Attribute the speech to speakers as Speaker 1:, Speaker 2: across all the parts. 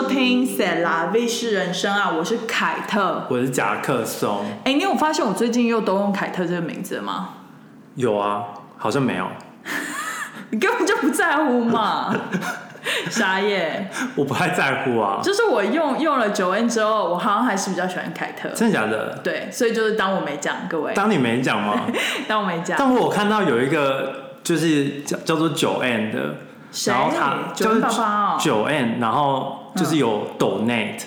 Speaker 1: Vincent 啦，《卫视人生》啊，我是凯特。
Speaker 2: 我是夹克松，
Speaker 1: 哎，你有发现我最近又都用凯特这个名字了吗？
Speaker 2: 有啊，好像没有，
Speaker 1: 你根本就不在乎嘛，傻眼。
Speaker 2: 我不太在乎啊，
Speaker 1: 就是我用用了九 N 之后，我好像还是比较喜欢凯特。
Speaker 2: 真的假的？
Speaker 1: 对，所以就是当我没讲，各位，当
Speaker 2: 当你没讲吗？
Speaker 1: 我没讲。
Speaker 2: 但我有看到有一个就是叫叫做九 N 的，
Speaker 1: 谁
Speaker 2: 然后他？
Speaker 1: 九
Speaker 2: 就
Speaker 1: 零
Speaker 2: 是
Speaker 1: 爸爸哦，嗯
Speaker 2: 九 N，然后就是有 donate，、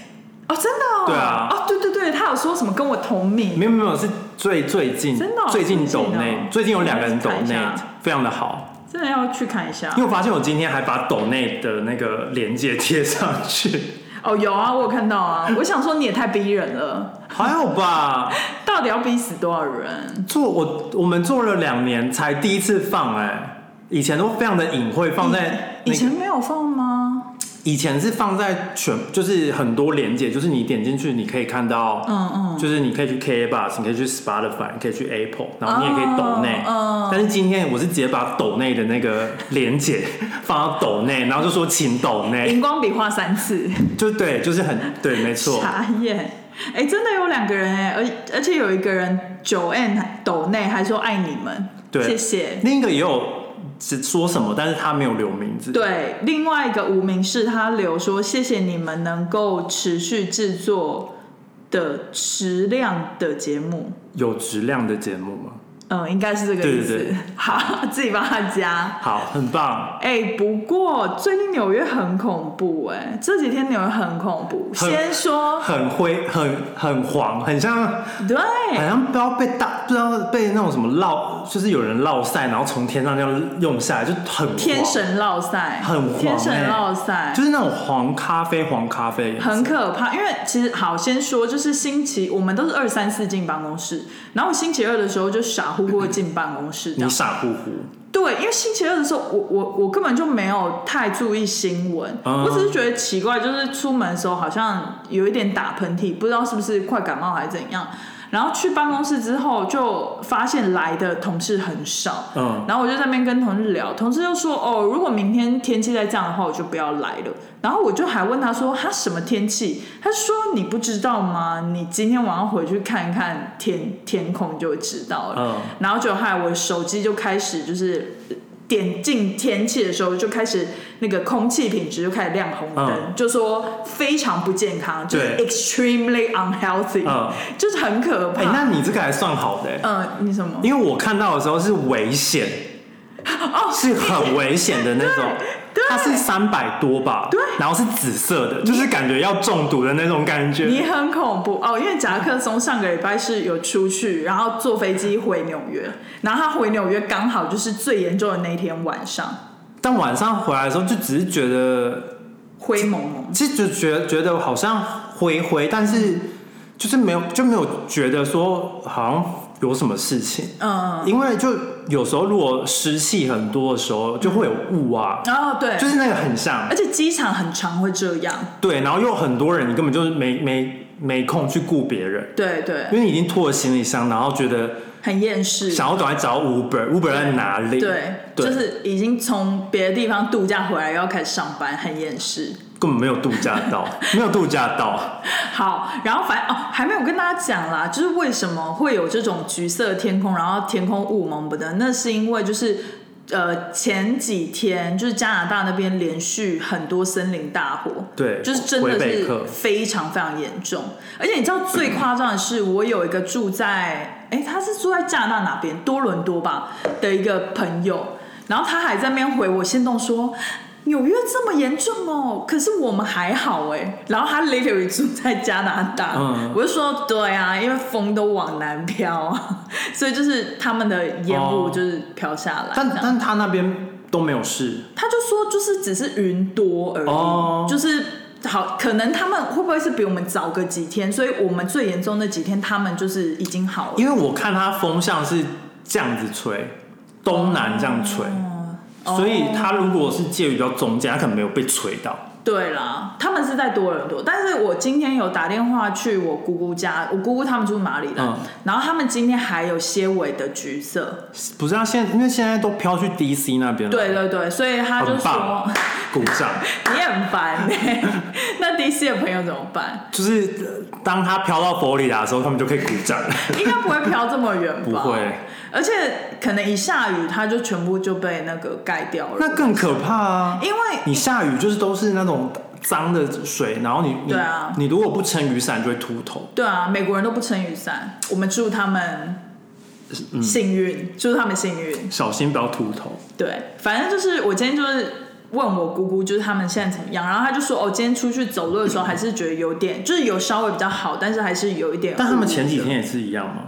Speaker 1: 哦，真的哦，
Speaker 2: 对啊
Speaker 1: 哦，对对对，他有说什么跟我同名，
Speaker 2: 没有没有是最最近
Speaker 1: 真的哦
Speaker 2: 最
Speaker 1: 最
Speaker 2: 近
Speaker 1: 近哦
Speaker 2: donate，最近有两个人
Speaker 1: 我看一下
Speaker 2: donate，非常的好。
Speaker 1: 真的要去看一下
Speaker 2: 因。为我发现我今天还把抖内的那个链接贴上去，
Speaker 1: 哦，有啊，我有看到啊，我想说你也太逼人了，
Speaker 2: 还好吧？
Speaker 1: 到底要逼死多少人？
Speaker 2: 做我我们做了两年才第一次放哎、以前都非常的隐 晦，放在
Speaker 1: 以以
Speaker 2: 那个
Speaker 1: 前没有放吗？
Speaker 2: 以前是放在全就是很多连接，就是你点进去你可以看到，
Speaker 1: 嗯嗯，
Speaker 2: 就是你可以去 K Bus，你可以去 Spotify，你可以去 Apple，然后你也可以抖内、
Speaker 1: 哦
Speaker 2: 但是今天我是直接把抖内的那个连接 放到抖内，然后就说请抖内，
Speaker 1: 荧光笔画三次，
Speaker 2: 就对，就是很对，没错。
Speaker 1: 傻眼。哎、真的有两个人哎、而而且有一个人九 N 抖内还说爱你们，
Speaker 2: 对
Speaker 1: 谢谢。
Speaker 2: 另一个也有只说什么，但是他没有留名字。
Speaker 1: 对，另外一个无名氏他留说：“谢谢你们能够持续制作的质量的节目。
Speaker 2: 有质量的节目吗？”
Speaker 1: 嗯，应该是这个意思。
Speaker 2: 对对对
Speaker 1: 好，自己帮他加。
Speaker 2: 好，很棒，
Speaker 1: 哎、不过最近纽约很恐怖哎、这几天纽约很恐怖。
Speaker 2: 很
Speaker 1: 先说
Speaker 2: 很灰，很很黄，很像，
Speaker 1: 对，
Speaker 2: 好像不知道被大，不知道被那种什么落，就是有人落晒，然后从天上这样用下来，就很黄
Speaker 1: 天，神落赛，
Speaker 2: 很黄
Speaker 1: 天神
Speaker 2: 欸
Speaker 1: 落赛，
Speaker 2: 就是那种黄咖啡，黄咖啡，
Speaker 1: 很可怕，因为其实好，先说就是星期，我们都是二三四进办公室，然后我星期二的时候就傻乎乎的进办公室，这
Speaker 2: 你
Speaker 1: 样
Speaker 2: 傻乎乎，
Speaker 1: 对，因为星期二的时候，我我我根本就没有太注意新闻，
Speaker 2: 嗯
Speaker 1: 我只是觉得奇怪，就是出门的时候好像有一点打喷嚏，不知道是不是快感冒还是怎样。然后去办公室之后，就发现来的同事很少，
Speaker 2: 嗯，
Speaker 1: 然后我就在那边跟同事聊，同事就说：“哦，如果明天天气再这样的话，我就不要来了。”然后我就还问他说：“他什么天气？”他说：“你不知道吗？你今天晚上回去看一看天天空就会知道了。”
Speaker 2: 嗯
Speaker 1: 然后就害我手机就开始就是点进天气的时候就开始那个空气品质就开始亮红灯，
Speaker 2: 嗯
Speaker 1: 就说非常不健康，就是
Speaker 2: 对
Speaker 1: extremely unhealthy，、
Speaker 2: 嗯
Speaker 1: 就是很可怕。
Speaker 2: 哎、那你这个还算好的、欸
Speaker 1: 嗯、你什么？
Speaker 2: 因为我看到的时候是危险，
Speaker 1: 哦，
Speaker 2: 是很危险的那种。
Speaker 1: 对
Speaker 2: 它是三百多吧，
Speaker 1: 对
Speaker 2: 然后是紫色的，就是感觉要中毒的那种感觉。
Speaker 1: 你很恐怖哦，因为夹克松上个礼拜是有出去，然后坐飞机回纽约，然后他回纽约刚好就是最严重的那一天晚上，
Speaker 2: 但晚上回来的时候，就只是觉得，
Speaker 1: 灰蒙蒙。
Speaker 2: 其实就觉觉得好像灰灰，但是就是没有就没有觉得说好像有什么事情，
Speaker 1: 嗯，
Speaker 2: 因为就有时候如果湿气很多的时候，就会有雾啊，
Speaker 1: 然后哦对，哎
Speaker 2: 就是那个很像
Speaker 1: 而且机场很常会这样，
Speaker 2: 对，然后又很多人，你根本就是没没没空去顾别人，
Speaker 1: 对对，
Speaker 2: 因为你已经拖了行李箱，然后觉得
Speaker 1: 很厌世。
Speaker 2: 嗯想要赶快找 Uber，Uber 在哪里？
Speaker 1: 对，
Speaker 2: 对
Speaker 1: 就是已经从别的地方度假回来，又要开始上班，很厌世。
Speaker 2: 根本没有度假 到，没有度假到，
Speaker 1: 好，然后反正哦，还没有跟大家讲啦，就是为什么会有这种橘色天空，然后天空雾蒙蒙的，那是因为就是。呃，前几天就是加拿大那边连续很多森林大火，
Speaker 2: 对
Speaker 1: 就是真的
Speaker 2: 魁北
Speaker 1: 是
Speaker 2: 克
Speaker 1: 非常非常严重。而且你知道最夸张的是，我有一个住在，哎，他是住在加拿大哪边？多伦多吧的一个朋友，然后他还在那边回我先动说。纽约这么严重哦，可是我们还好哎。然后他 literally 住在加拿大，
Speaker 2: 嗯
Speaker 1: 我就说对啊，因为风都往南飘啊， 所以就是他们的烟雾
Speaker 2: 哦
Speaker 1: 就是飘下来这样。
Speaker 2: 但但他那边都没有事，
Speaker 1: 他就说就是只是云多而已，
Speaker 2: 哦
Speaker 1: 就是好，可能他们会不会是比我们早个几天，所以我们最严重那几天他们就是已经好了。
Speaker 2: 因为我看他风向是这样子吹，东南这样吹，
Speaker 1: 哦
Speaker 2: 所以他如果是介于比较中间，他可能没有被吹到。
Speaker 1: 对啦，他们是在多伦多，但是我今天有打电话去我姑姑家，我姑姑他们住马里兰，
Speaker 2: 嗯
Speaker 1: 然后他们今天还有些微的橘色，
Speaker 2: 不是啊，现因为现在都飘去 DC 那边了，
Speaker 1: 对对对，所以他就
Speaker 2: 很
Speaker 1: 说
Speaker 2: 棒，故障。
Speaker 1: 你很烦欸 那 DC 的朋友怎么办？
Speaker 2: 就是呃当它飘到佛罗里达的时候，他们就可以鼓 掌。
Speaker 1: 应该不会飘这么远吧？
Speaker 2: 不会，
Speaker 1: 而且可能一下雨，它就全部就被那个盖掉了。
Speaker 2: 那更可怕啊！
Speaker 1: 因为
Speaker 2: 你下雨就是都是那种脏的水，然后你你
Speaker 1: 对啊
Speaker 2: 你如果不撑雨伞就会秃头。
Speaker 1: 对啊，美国人都不撑雨伞，我们祝他们幸运，祝他们幸运。
Speaker 2: 小心不要秃头。
Speaker 1: 对，反正就是我今天就是问我姑姑，就是他们现在怎么样，然后她就说，哦，今天出去走路的时候还是觉得有点，就是有稍微比较好，但是还是有一点。
Speaker 2: 但他们前几天也是一样吗？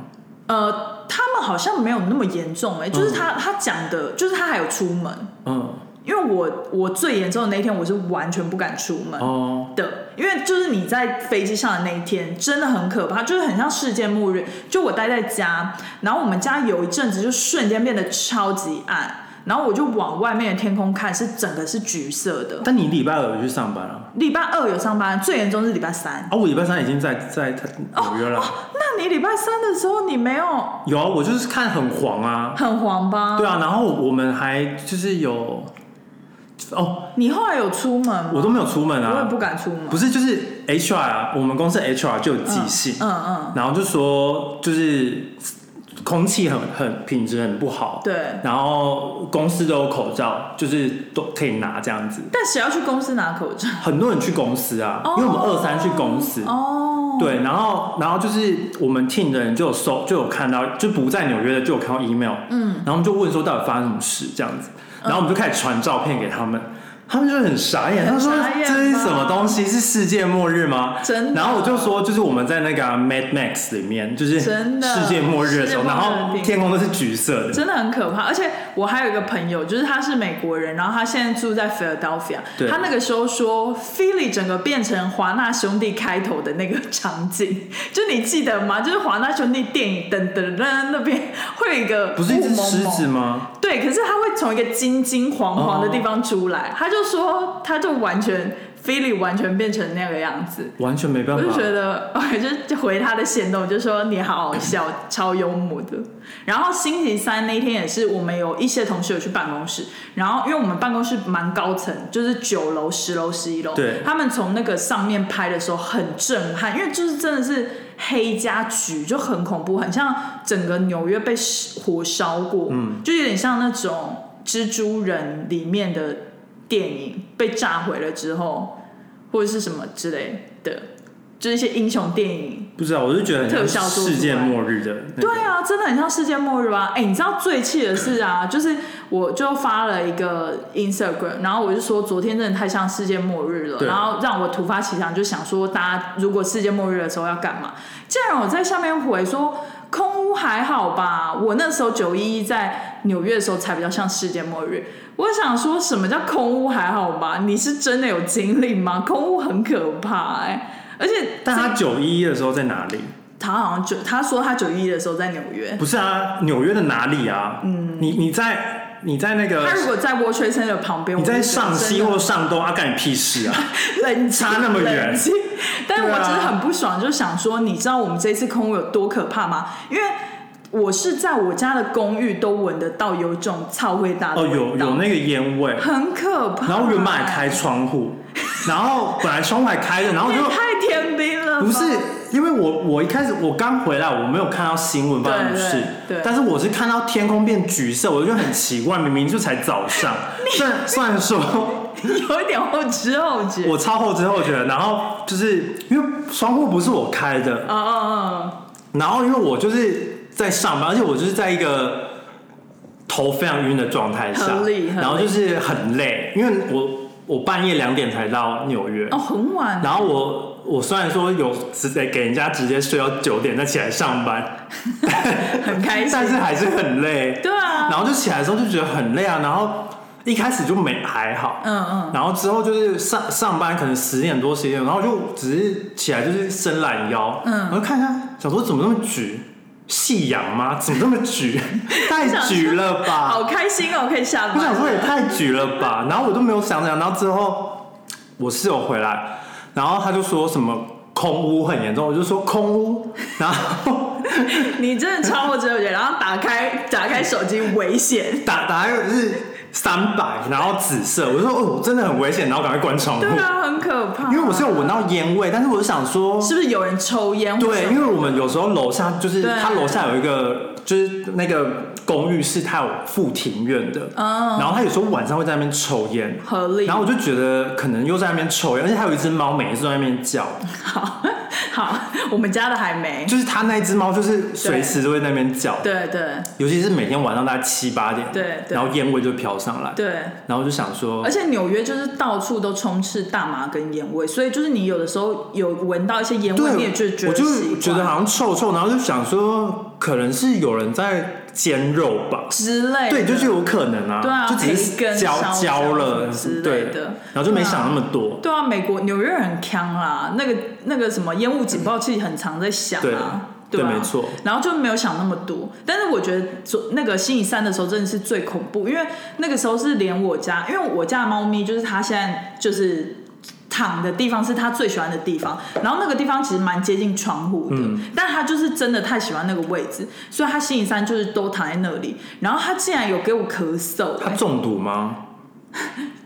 Speaker 1: 呃，他们好像没有那么严重哎、就是他、他讲的，就是他还有出门，
Speaker 2: 嗯，
Speaker 1: 因为我我最严重的那一天，我是完全不敢出门。
Speaker 2: 哦，
Speaker 1: 的，因为就是你在飞机上的那一天真的很可怕，就是很像世界末日。就我待在家，然后我们家有一阵子就瞬间变得超级暗，然后我就往外面的天空看，是整个是橘色的。
Speaker 2: 但你礼拜二有去上班啊？
Speaker 1: 礼拜二有上班，最严重是礼拜三。
Speaker 2: 啊，我礼拜三已经在在在
Speaker 1: 哦
Speaker 2: 纽约了。
Speaker 1: 那你礼拜三的时候你没有
Speaker 2: 有啊，我就是看很黄啊。
Speaker 1: 很黄吧？
Speaker 2: 对啊，然后我们还就是有，哦，
Speaker 1: 你后来有出门吗？
Speaker 2: 我都没有出门
Speaker 1: 我也
Speaker 2: 啊
Speaker 1: 不。敢出门。
Speaker 2: 不是，就是 HR 啊，我们公司 HR 就有寄信，
Speaker 1: 嗯嗯，
Speaker 2: 然后就说就是空气很很品质很不好，
Speaker 1: 对。
Speaker 2: 然后公司都有口罩，就是都可以拿这样子。
Speaker 1: 但谁要去公司拿口罩？
Speaker 2: 很多人去公司啊，因为我们二三去公司，
Speaker 1: 哦，
Speaker 2: 对，然后然后就是我们 team 的人就有收，就有看到，就不在纽约的就有看到 email，嗯，然后我们就问说到底发生什么事这样子，
Speaker 1: 嗯
Speaker 2: 然后我们就开始传照片给他们。他们就很傻眼，他们说
Speaker 1: 很傻眼
Speaker 2: 这是
Speaker 1: 吗
Speaker 2: 什么东西？是世界末日吗？
Speaker 1: 真的
Speaker 2: 然后我就说，就是我们在那个啊 Mad Max 里面，就是
Speaker 1: 真的
Speaker 2: 世界末日的时候，
Speaker 1: 世界末日
Speaker 2: 然
Speaker 1: 的
Speaker 2: 后
Speaker 1: 地
Speaker 2: 天空都是橘色的。
Speaker 1: 真的很可怕。而且我还有一个朋友，就是他是美国人，然后他现在住在 Philadelphia
Speaker 2: 对。
Speaker 1: 他那个时候说，Philly 整个变成华纳兄弟开头的那个场景， 就你记得吗？就是华纳兄弟电影噔噔噔那边会有一个
Speaker 2: 不是一
Speaker 1: 雾
Speaker 2: 只
Speaker 1: 蒙蒙
Speaker 2: 狮子吗？
Speaker 1: 对，可是他会从一个金金黄黄的地方出来，他就说，他就完全 Philly 完全变成那个样子。
Speaker 2: 完全没办
Speaker 1: 我
Speaker 2: 法
Speaker 1: 就。觉得， 我就回他的线动，就说你好好笑，超幽默的。然后星期三那天也是，我们有一些同事有去办公室，然后因为我们办公室蛮高层，就是九楼、十楼、十一楼，
Speaker 2: 对
Speaker 1: 他们从那个上面拍的时候很震撼，因为就是真的是黑加橘，就很恐怖，很像整个纽约被火烧过，嗯，就有点像那种蜘蛛人里面的电影被炸毁了之后，或者是什么之类的，就是一些英雄电影。
Speaker 2: 不知道，我就觉得很
Speaker 1: 特效
Speaker 2: 像
Speaker 1: 做出来
Speaker 2: 世界末日的、那个
Speaker 1: 对啊，真的很像世界末日吧？哎、你知道最气的是啊， 就是我就发了一个 Instagram，然后我就说昨天真的太像世界末日了，
Speaker 2: 对
Speaker 1: 然后让我突发奇想，就想说大家如果世界末日的时候要干嘛？竟然我在下面回说空屋还好吧，我那时候九一一在纽约的时候才比较像世界末日。我想说什么叫空屋还好吧？你是真的有经历吗？空屋很可怕哎、而且
Speaker 2: 但
Speaker 1: 这
Speaker 2: 他九一一的时候在哪里？
Speaker 1: 他好像九，他说他九一的时候在纽约。
Speaker 2: 不是啊，纽约的哪里啊？嗯，你你在你在那
Speaker 1: 他如
Speaker 2: 个
Speaker 1: 果在 World Trade Center 旁边，
Speaker 2: 你在
Speaker 1: 我就觉得
Speaker 2: 上西
Speaker 1: 真的
Speaker 2: 或上东啊，干你屁事啊！
Speaker 1: 冷
Speaker 2: 差那么远
Speaker 1: 冷静 但是
Speaker 2: 对
Speaker 1: 我
Speaker 2: 啊
Speaker 1: 只是很不爽，就想说，你知道我们这次空屋有多可怕吗？因为我是在我家的公寓都闻得到有一种草灰大的
Speaker 2: 哦，
Speaker 1: 味道，
Speaker 2: 有有那个烟味，
Speaker 1: 很可怕。
Speaker 2: 然后我原本还开窗户，然后本来窗户还开着，然后我
Speaker 1: 也
Speaker 2: 就
Speaker 1: 哎太天兵了吧，
Speaker 2: 不是因为我我一开始我刚回来，我没有看到新闻发生什么事，
Speaker 1: 对对对
Speaker 2: 但是我是看到天空变橘色，我就觉得很奇怪，明明就才 早上，算算说。
Speaker 1: 有一点后知后觉。
Speaker 2: 我超后知后觉得，然后就是因为窗户不是我开的，
Speaker 1: 哦哦
Speaker 2: 然后因为我就是在上班，而且我就是在一个头非常晕的状态下
Speaker 1: 合理，合
Speaker 2: 然后就是很累，因为我我半夜两点才到纽约，
Speaker 1: 哦，哦，很晚
Speaker 2: 然后我我虽然说有直接给人家直接睡到九点再起来上班，
Speaker 1: 很开心，
Speaker 2: 但是还是很累，
Speaker 1: 对啊，
Speaker 2: 然后就起来的时候就觉得很累啊，然后一开始就没还好，
Speaker 1: 嗯嗯，
Speaker 2: 然后之后就是上上班，可能十点多十一点，然后就只是起来就是伸懒腰，嗯，然后看一下，想说怎么那么橘，夕阳 吗？怎么那么橘？太橘了吧！
Speaker 1: 好开心哦，可以下班。
Speaker 2: 啊我想说也太橘了吧！然后我都没有想想，然后之后我室友回来，然后他就说什么空屋很严重，我就说空屋，然后
Speaker 1: 你真的超后知后觉，然后打开打开手机危险，
Speaker 2: 打打开就是三百，然后紫色，我就说哦，真的很危险，然后赶快关窗户
Speaker 1: 对，啊，很可怕。
Speaker 2: 因为我是有闻到烟味，但是我就想说，
Speaker 1: 是不是有人抽烟？
Speaker 2: 对，因为我们有时候楼下就是
Speaker 1: 对
Speaker 2: 他楼下有一个就是那个公寓是它有附庭院的，
Speaker 1: 嗯
Speaker 2: 然后他有时候晚上会在那边抽烟，
Speaker 1: 合理。
Speaker 2: 然后我就觉得可能又在那边抽烟，而且他有一只猫每一次都在那边叫，
Speaker 1: 好好，我们家的还没。
Speaker 2: 就是他那一只猫就是随时都会在那边叫，
Speaker 1: 对对
Speaker 2: 尤其是每天晚上大概七八点，
Speaker 1: 对对哎
Speaker 2: 然后烟味就飘上来，
Speaker 1: 对，
Speaker 2: 然后我就想说
Speaker 1: 而，且纽约就是到处都充斥大麻跟烟味，所以就是你有的时候有闻到一些烟味，你也就觉
Speaker 2: 我
Speaker 1: 得
Speaker 2: 就
Speaker 1: 奇
Speaker 2: 觉得
Speaker 1: 怪
Speaker 2: 好像臭臭，然后就想说可能是有人在煎肉吧，
Speaker 1: 之类的。
Speaker 2: 对，就是有可能啊，
Speaker 1: 对啊
Speaker 2: 就只
Speaker 1: 培根
Speaker 2: 是焦
Speaker 1: 烧
Speaker 2: 焦了
Speaker 1: 什么之
Speaker 2: 对
Speaker 1: 类的
Speaker 2: 然后就没
Speaker 1: 对啊
Speaker 2: 想那么多。
Speaker 1: 对啊，美国纽约人很强啦，那个那个什么烟雾警报器很常在响啊。
Speaker 2: 对
Speaker 1: 啊
Speaker 2: 对没错
Speaker 1: 然后就没有想那么多，但是我觉得昨那个星期三的时候真的是最恐怖，因为那个时候是连我家，因为我家的猫咪就是它现在就是躺的地方是它最喜欢的地方，然后那个地方其实蛮接近窗户的，但它就是真的太喜欢那个位置，所以它星期三就是都躺在那里，然后它竟然有给我咳嗽、
Speaker 2: 他
Speaker 1: 欸
Speaker 2: 中毒 吗？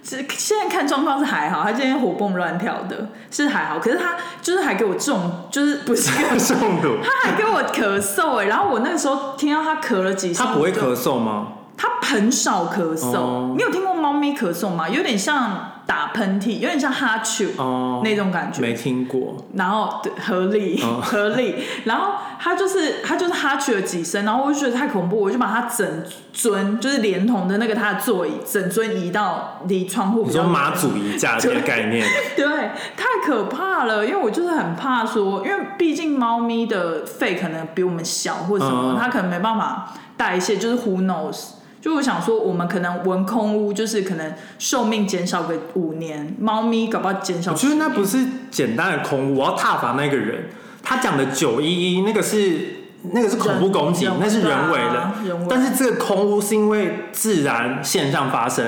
Speaker 1: 这现在看状况是还好，他今天活蹦乱跳的，是还好。可是他就是还给我中，就是不是
Speaker 2: 中毒？
Speaker 1: 他还给我咳嗽哎、然后我那个时候听到他咳了几声，
Speaker 2: 他不会
Speaker 1: 我
Speaker 2: 咳
Speaker 1: 就，
Speaker 2: 嗽吗？
Speaker 1: 他很少咳嗽。
Speaker 2: 哦
Speaker 1: 你有听过猫咪咳嗽吗？有点像打喷嚏，有点像哈啾、
Speaker 2: 哦，
Speaker 1: 那种感觉。
Speaker 2: 没听过。
Speaker 1: 然后对合理、
Speaker 2: 哦
Speaker 1: 合理，然后他就是他就是哈去了几声，然后我就觉得太恐怖，我就把他整尊就是连同的那个他的座椅整尊移到离窗户比
Speaker 2: 你
Speaker 1: 较
Speaker 2: 说
Speaker 1: 远
Speaker 2: 马祖一架 这个概念，
Speaker 1: 对，太可怕了，因为我就是很怕说，因为毕竟猫咪的肺可能比我们小或什么，
Speaker 2: 嗯
Speaker 1: 它可能没办法带一些，就是 who knows。就我想说，我们可能闻空污，就是可能寿命减少个五年，猫咪搞不好减少
Speaker 2: 我觉得那不是简单的空屋，我要踏伐那个人。他讲的九一一那个是那个是恐怖攻击
Speaker 1: 人，
Speaker 2: 那是人为
Speaker 1: 对
Speaker 2: 的
Speaker 1: 啊人为。
Speaker 2: 但是这个空屋是因为自然现象发生，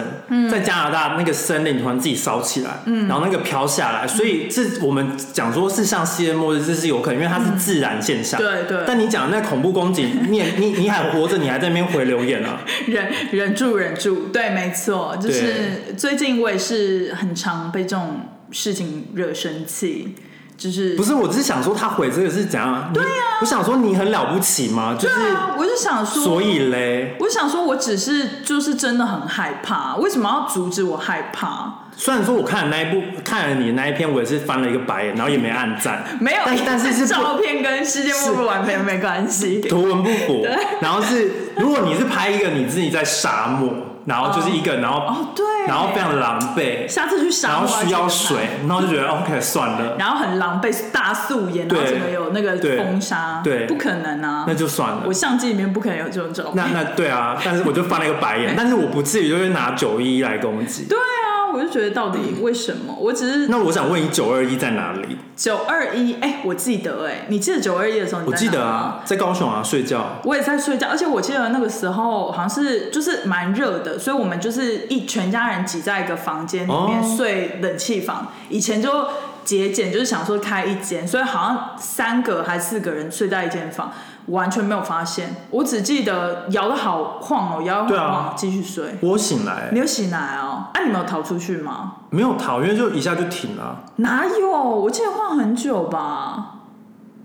Speaker 2: 在加拿大那个森林突然自己烧起来，
Speaker 1: 嗯
Speaker 2: 然后那个飘下来，所以这我们讲说是像世界末日，这是有可能，因为它是自然现象。
Speaker 1: 对对
Speaker 2: 但你讲的那恐怖攻击，你也你你还活着，你还在那边回 留言啊？
Speaker 1: 忍忍住忍住，对，没错，就是最近我也是很常被这种事情惹生气，就是
Speaker 2: 不是，我只是想说他回这个是怎样？对呀、我想说你很了不起吗？就是
Speaker 1: 啊对啊，我就想说，
Speaker 2: 所以嘞，
Speaker 1: 我想说，我只是就是真的很害怕，为什么要阻止我害怕？
Speaker 2: 虽然说我看了那一部，看了你那一篇，我也是翻了一个白眼，然后也没暗赞，
Speaker 1: 没有，
Speaker 2: 但但是是
Speaker 1: 照
Speaker 2: 不
Speaker 1: 片跟世界末日完全没关系。
Speaker 2: 图文不符。然后是如果你是拍一个你自己在沙漠，然后就是一个，然后
Speaker 1: 哦，对，
Speaker 2: 然后非常狼狈，
Speaker 1: 下次去
Speaker 2: 然
Speaker 1: 沙
Speaker 2: 后
Speaker 1: 漠啊
Speaker 2: 需要
Speaker 1: 去看
Speaker 2: 水，然后就觉得哦 OK 算了，
Speaker 1: 然后很狼狈，大素颜，然后
Speaker 2: 对
Speaker 1: 整个有那个
Speaker 2: 对
Speaker 1: 风沙，
Speaker 2: 对
Speaker 1: 不可能啊
Speaker 2: 那！就算了
Speaker 1: 我。相机里面不可能有这种照片
Speaker 2: 那。那对啊，但是我就翻了一个白眼，但是我不至于就是拿九一来攻击。
Speaker 1: 对啊，我就觉得到底为什么？我只是
Speaker 2: 那我想问你，九二一在哪里？
Speaker 1: 九二一，哎，我记得哎、你记得九二一的时候你
Speaker 2: 我
Speaker 1: 在
Speaker 2: 记得
Speaker 1: 哪吗
Speaker 2: 啊，在高雄啊，睡觉。
Speaker 1: 我也在睡觉，而且我记得那个时候好像是就是蛮热的，所以我们就是一全家人挤在一个房间里面
Speaker 2: 哦
Speaker 1: 睡冷气房。以前就节俭，就是想说开一间，所以好像三个还四个人睡在一间房，完全没有发现。我只记得摇的好晃哦，摇
Speaker 2: 对
Speaker 1: 的
Speaker 2: 啊
Speaker 1: 好晃，继、续睡。
Speaker 2: 我醒来
Speaker 1: 你有醒来哦？啊，你们有逃出去吗？
Speaker 2: 没有逃，因为就一下就停了。啊
Speaker 1: 哪有？我记得晃很久吧。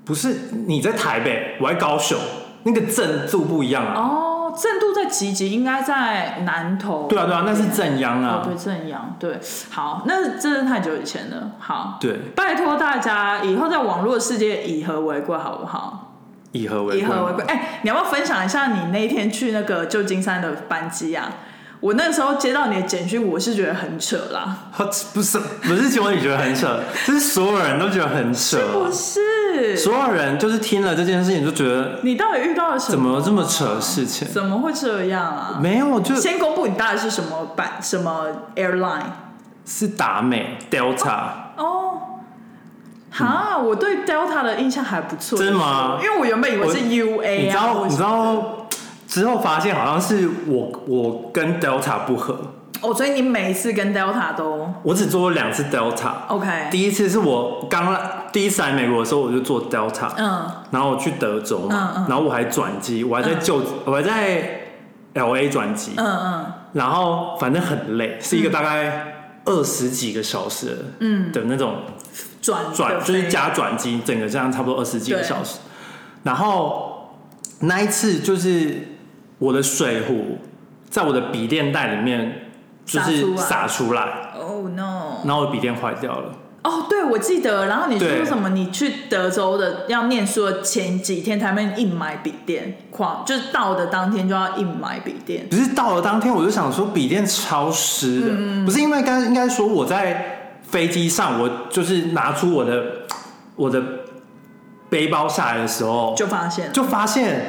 Speaker 2: 不是你在台北，我在高雄，那个镇度不一样啊。
Speaker 1: 哦，正度在集集，应该在南投。
Speaker 2: 对啊，对啊，那是正央
Speaker 1: 哦，
Speaker 2: 啊
Speaker 1: 对，。正阳，对，好，那真的太久以前了。好，
Speaker 2: 对，
Speaker 1: 拜托大家以后在网络世界以和为贵，好不好？
Speaker 2: 以和为
Speaker 1: 以和为贵。
Speaker 2: 贵。
Speaker 1: 哎、你要不要分享一下你那一天去那个旧金山的班机啊？我那时候接到你的简讯，我是觉得很扯啦，
Speaker 2: 他不是不是，请问你觉得很扯？ 就是所有人都觉得很扯，
Speaker 1: 不是？
Speaker 2: 呃所有人就是听了这件事情就觉得
Speaker 1: 你到底遇到了什
Speaker 2: 怎么
Speaker 1: 么？
Speaker 2: 这么扯的事情？
Speaker 1: 怎么会这样啊？
Speaker 2: 没有，就
Speaker 1: 先公布你到底是什么版什么 airline
Speaker 2: 是达美 Delta，
Speaker 1: 哦。哈，我对 Delta 的印象还不错，
Speaker 2: 真的吗
Speaker 1: 因为我原本以为
Speaker 2: 我
Speaker 1: 是 UA 啊，
Speaker 2: 你知
Speaker 1: 或
Speaker 2: 道嗯
Speaker 1: 者
Speaker 2: 你知道之后发现好像是我我跟 Delta 不合，
Speaker 1: 哦，所以你每一次跟 Delta 都
Speaker 2: 我只做了两次 Delta。
Speaker 1: OK，
Speaker 2: 第一次是我刚来第一次来美国的时候，我就做 Delta，、
Speaker 1: 嗯
Speaker 2: 然后我去德州嘛，
Speaker 1: 嗯嗯嗯
Speaker 2: 然后我还转机，我还在旧，我还在 L A 转机，
Speaker 1: 嗯嗯，
Speaker 2: 然后反正很累，是一个大概二十几个小时的
Speaker 1: 嗯，
Speaker 2: 的那种
Speaker 1: 转
Speaker 2: 转，
Speaker 1: 的
Speaker 2: 就是
Speaker 1: 飞
Speaker 2: 加转机，整个这样差不多二十几个
Speaker 1: 对
Speaker 2: 小时。然后那一次就是我的水壶在我的笔电袋里面就是
Speaker 1: 洒
Speaker 2: 洒出来，
Speaker 1: Oh no！
Speaker 2: 然后我的笔电坏掉了。
Speaker 1: 哦，对，我记得。然后你说
Speaker 2: 对
Speaker 1: 什么？你去德州的要念书的前几天，他们硬买笔电，狂就是到的当天就要硬买笔电。
Speaker 2: 只是到了当天，我就想说笔电超湿的，
Speaker 1: 嗯
Speaker 2: 不是因为该应该说我在飞机上，我就是拿出我的我的背包下来的时候，
Speaker 1: 就发现了
Speaker 2: 就发现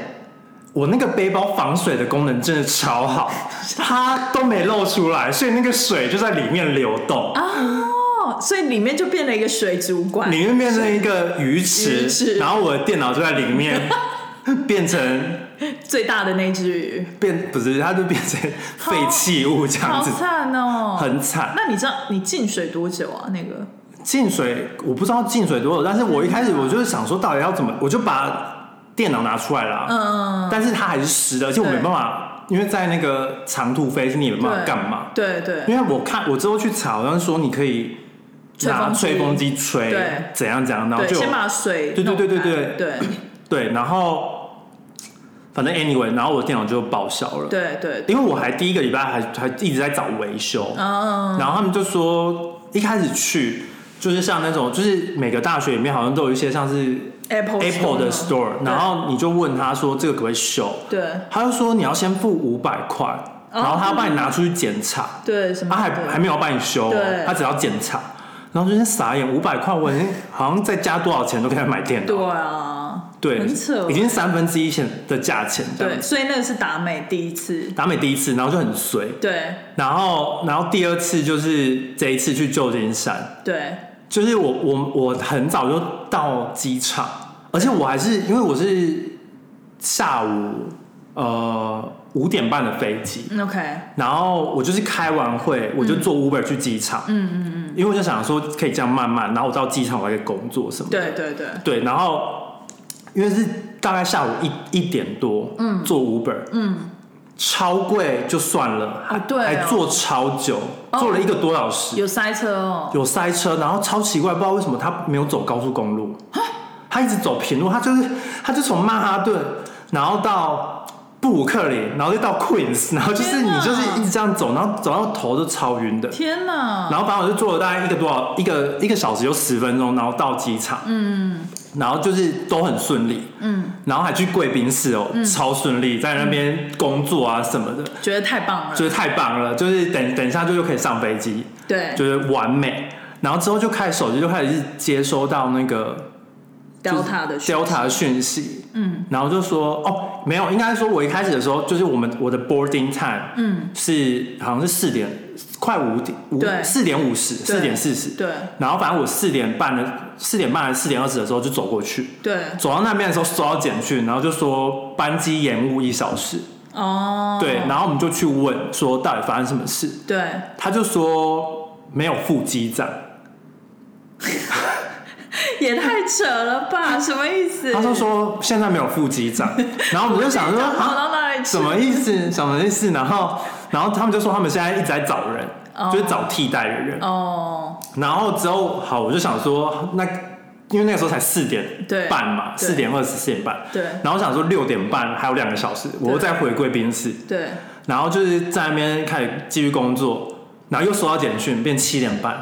Speaker 2: 我那个背包防水的功能真的 超好，它都没露出来，所以那个水就在里面流动，
Speaker 1: 哦，所以里面就变了一个水族馆。
Speaker 2: 里面变成一个鱼池，
Speaker 1: 鱼池
Speaker 2: 然后我的电脑就在里面 变成
Speaker 1: 最大的那只鱼，
Speaker 2: 变不是，它就变成
Speaker 1: 好
Speaker 2: 废弃物这样
Speaker 1: 好
Speaker 2: 子，
Speaker 1: 惨哦！
Speaker 2: 很惨。
Speaker 1: 那你知道你进水多久啊？那个
Speaker 2: 进水我不知道进水多久，但是我一开始我就是想说到底要怎么，我就把电脑拿出来了，
Speaker 1: 嗯
Speaker 2: 但是它还是湿的，而且我没
Speaker 1: 对
Speaker 2: 办法，因为在那个长途飞机你也没办法
Speaker 1: 对
Speaker 2: 干嘛，
Speaker 1: 对对
Speaker 2: 因为我看我之后去查，好像说你可以拿
Speaker 1: 吹
Speaker 2: 吹
Speaker 1: 风
Speaker 2: 风
Speaker 1: 机
Speaker 2: 机吹
Speaker 1: 对，
Speaker 2: 怎样怎样，然后
Speaker 1: 对，
Speaker 2: 就有
Speaker 1: 先把水
Speaker 2: 对对对
Speaker 1: 弄干
Speaker 2: 对
Speaker 1: 对
Speaker 2: 对，然后反正 anyway，然后我电脑就报销了，
Speaker 1: 对对对，
Speaker 2: 因为我还第一个礼拜还还一直在找维修，
Speaker 1: 嗯，
Speaker 2: 然后他们就说一开始去就是像那种就是每个大学里面好像都有一些像是
Speaker 1: Apple
Speaker 2: Apple 的
Speaker 1: Store 嘛
Speaker 2: store，然后你就问他说这个可不可以修，
Speaker 1: 对
Speaker 2: 他就说你要先付五百块，然后他要帮你拿出去检查。
Speaker 1: 对什么
Speaker 2: 他啊还
Speaker 1: 哦对
Speaker 2: 还没有帮你修、哦
Speaker 1: 对，
Speaker 2: 他只要检查，然后就是傻眼，五百块，我已经好像再加多少钱都可以买电脑，
Speaker 1: 对啊，
Speaker 2: 对，
Speaker 1: 很扯
Speaker 2: 已经三分之一钱的价钱这样
Speaker 1: 对，
Speaker 2: 子。
Speaker 1: 所以那个是达美第一次，
Speaker 2: 达美第一次，然后就很随，
Speaker 1: 对
Speaker 2: 然后然后第二次就是这一次去旧金山，
Speaker 1: 对
Speaker 2: 就是我我我很早就到机场，而且我还是因为我是下午呃五点半的飞机，
Speaker 1: 嗯，OK，
Speaker 2: 然后我就是开完会，我就坐 Uber 去机场，嗯嗯嗯，因为我就想说可以这样慢慢，然后我到机场我还可以工作什么的，
Speaker 1: 对对对，
Speaker 2: 对，然后因为是大概下午一一点多，嗯，坐 Uber，嗯，超贵就算了，
Speaker 1: 啊对哦
Speaker 2: 还坐超久，
Speaker 1: 哦
Speaker 2: 坐了一个多小时，
Speaker 1: 有塞车哦，
Speaker 2: 有塞车，然后超奇怪，不知道为什么他没有走高速公路，他一直走平路，他就是他就从曼哈顿，然后到布鲁克林，然后就到 Queens，然后就是
Speaker 1: 天哪
Speaker 2: 你就是一直这样走，然后走到头都超晕的。
Speaker 1: 天哪，
Speaker 2: 然后反正我就坐了大概一个多少一个一个小时有十分钟，然后到机场，嗯，然后就是都很顺利，嗯，然后还去贵宾室哦，
Speaker 1: 嗯
Speaker 2: 超顺利，在那边工作啊什么的，
Speaker 1: 觉得太棒了，
Speaker 2: 就是太棒了，就是等等一下就又可以上飞机，
Speaker 1: 对，
Speaker 2: 就是完美。然后之后就开始手机就开始接收到那个
Speaker 1: Delta 的讯息
Speaker 2: Delta 的讯息，
Speaker 1: 嗯，
Speaker 2: 然后就说哦，没有，应该说我一开始的时候就是我们我的 boarding time，
Speaker 1: 嗯，
Speaker 2: 是好像是四点快五点五
Speaker 1: 对
Speaker 2: 四点五十四点四十，
Speaker 1: 对
Speaker 2: 然后反正我四点半的四点半的四点二十的时候就走过去，
Speaker 1: 对
Speaker 2: 走到那边的时候收到简讯，然后就说班机延误一小时，
Speaker 1: 哦，
Speaker 2: 对，然后我们就去问说到底发生什么事，
Speaker 1: 对，
Speaker 2: 他就说没有副机长。
Speaker 1: 也太扯了吧，什么意思？
Speaker 2: 他就说现在没有副 机长，然后我们就想说
Speaker 1: 跑
Speaker 2: 啊，
Speaker 1: 到哪里去？
Speaker 2: 什么意思？什么意思？然后，然后他们就说他们现在一直在找人
Speaker 1: 哦
Speaker 2: 就是找替代的人。
Speaker 1: 哦，
Speaker 2: 然后之后，好，我就想说，那因为那个时候才四点
Speaker 1: 对
Speaker 2: 半嘛，
Speaker 1: 对
Speaker 2: 四点二十，四点半。
Speaker 1: 对
Speaker 2: 然后我想说六点半还有两个小时，我又再回贵宾室，
Speaker 1: 对，
Speaker 2: 然后就是在那边开始继续工作，然后又收到简讯，变七点半，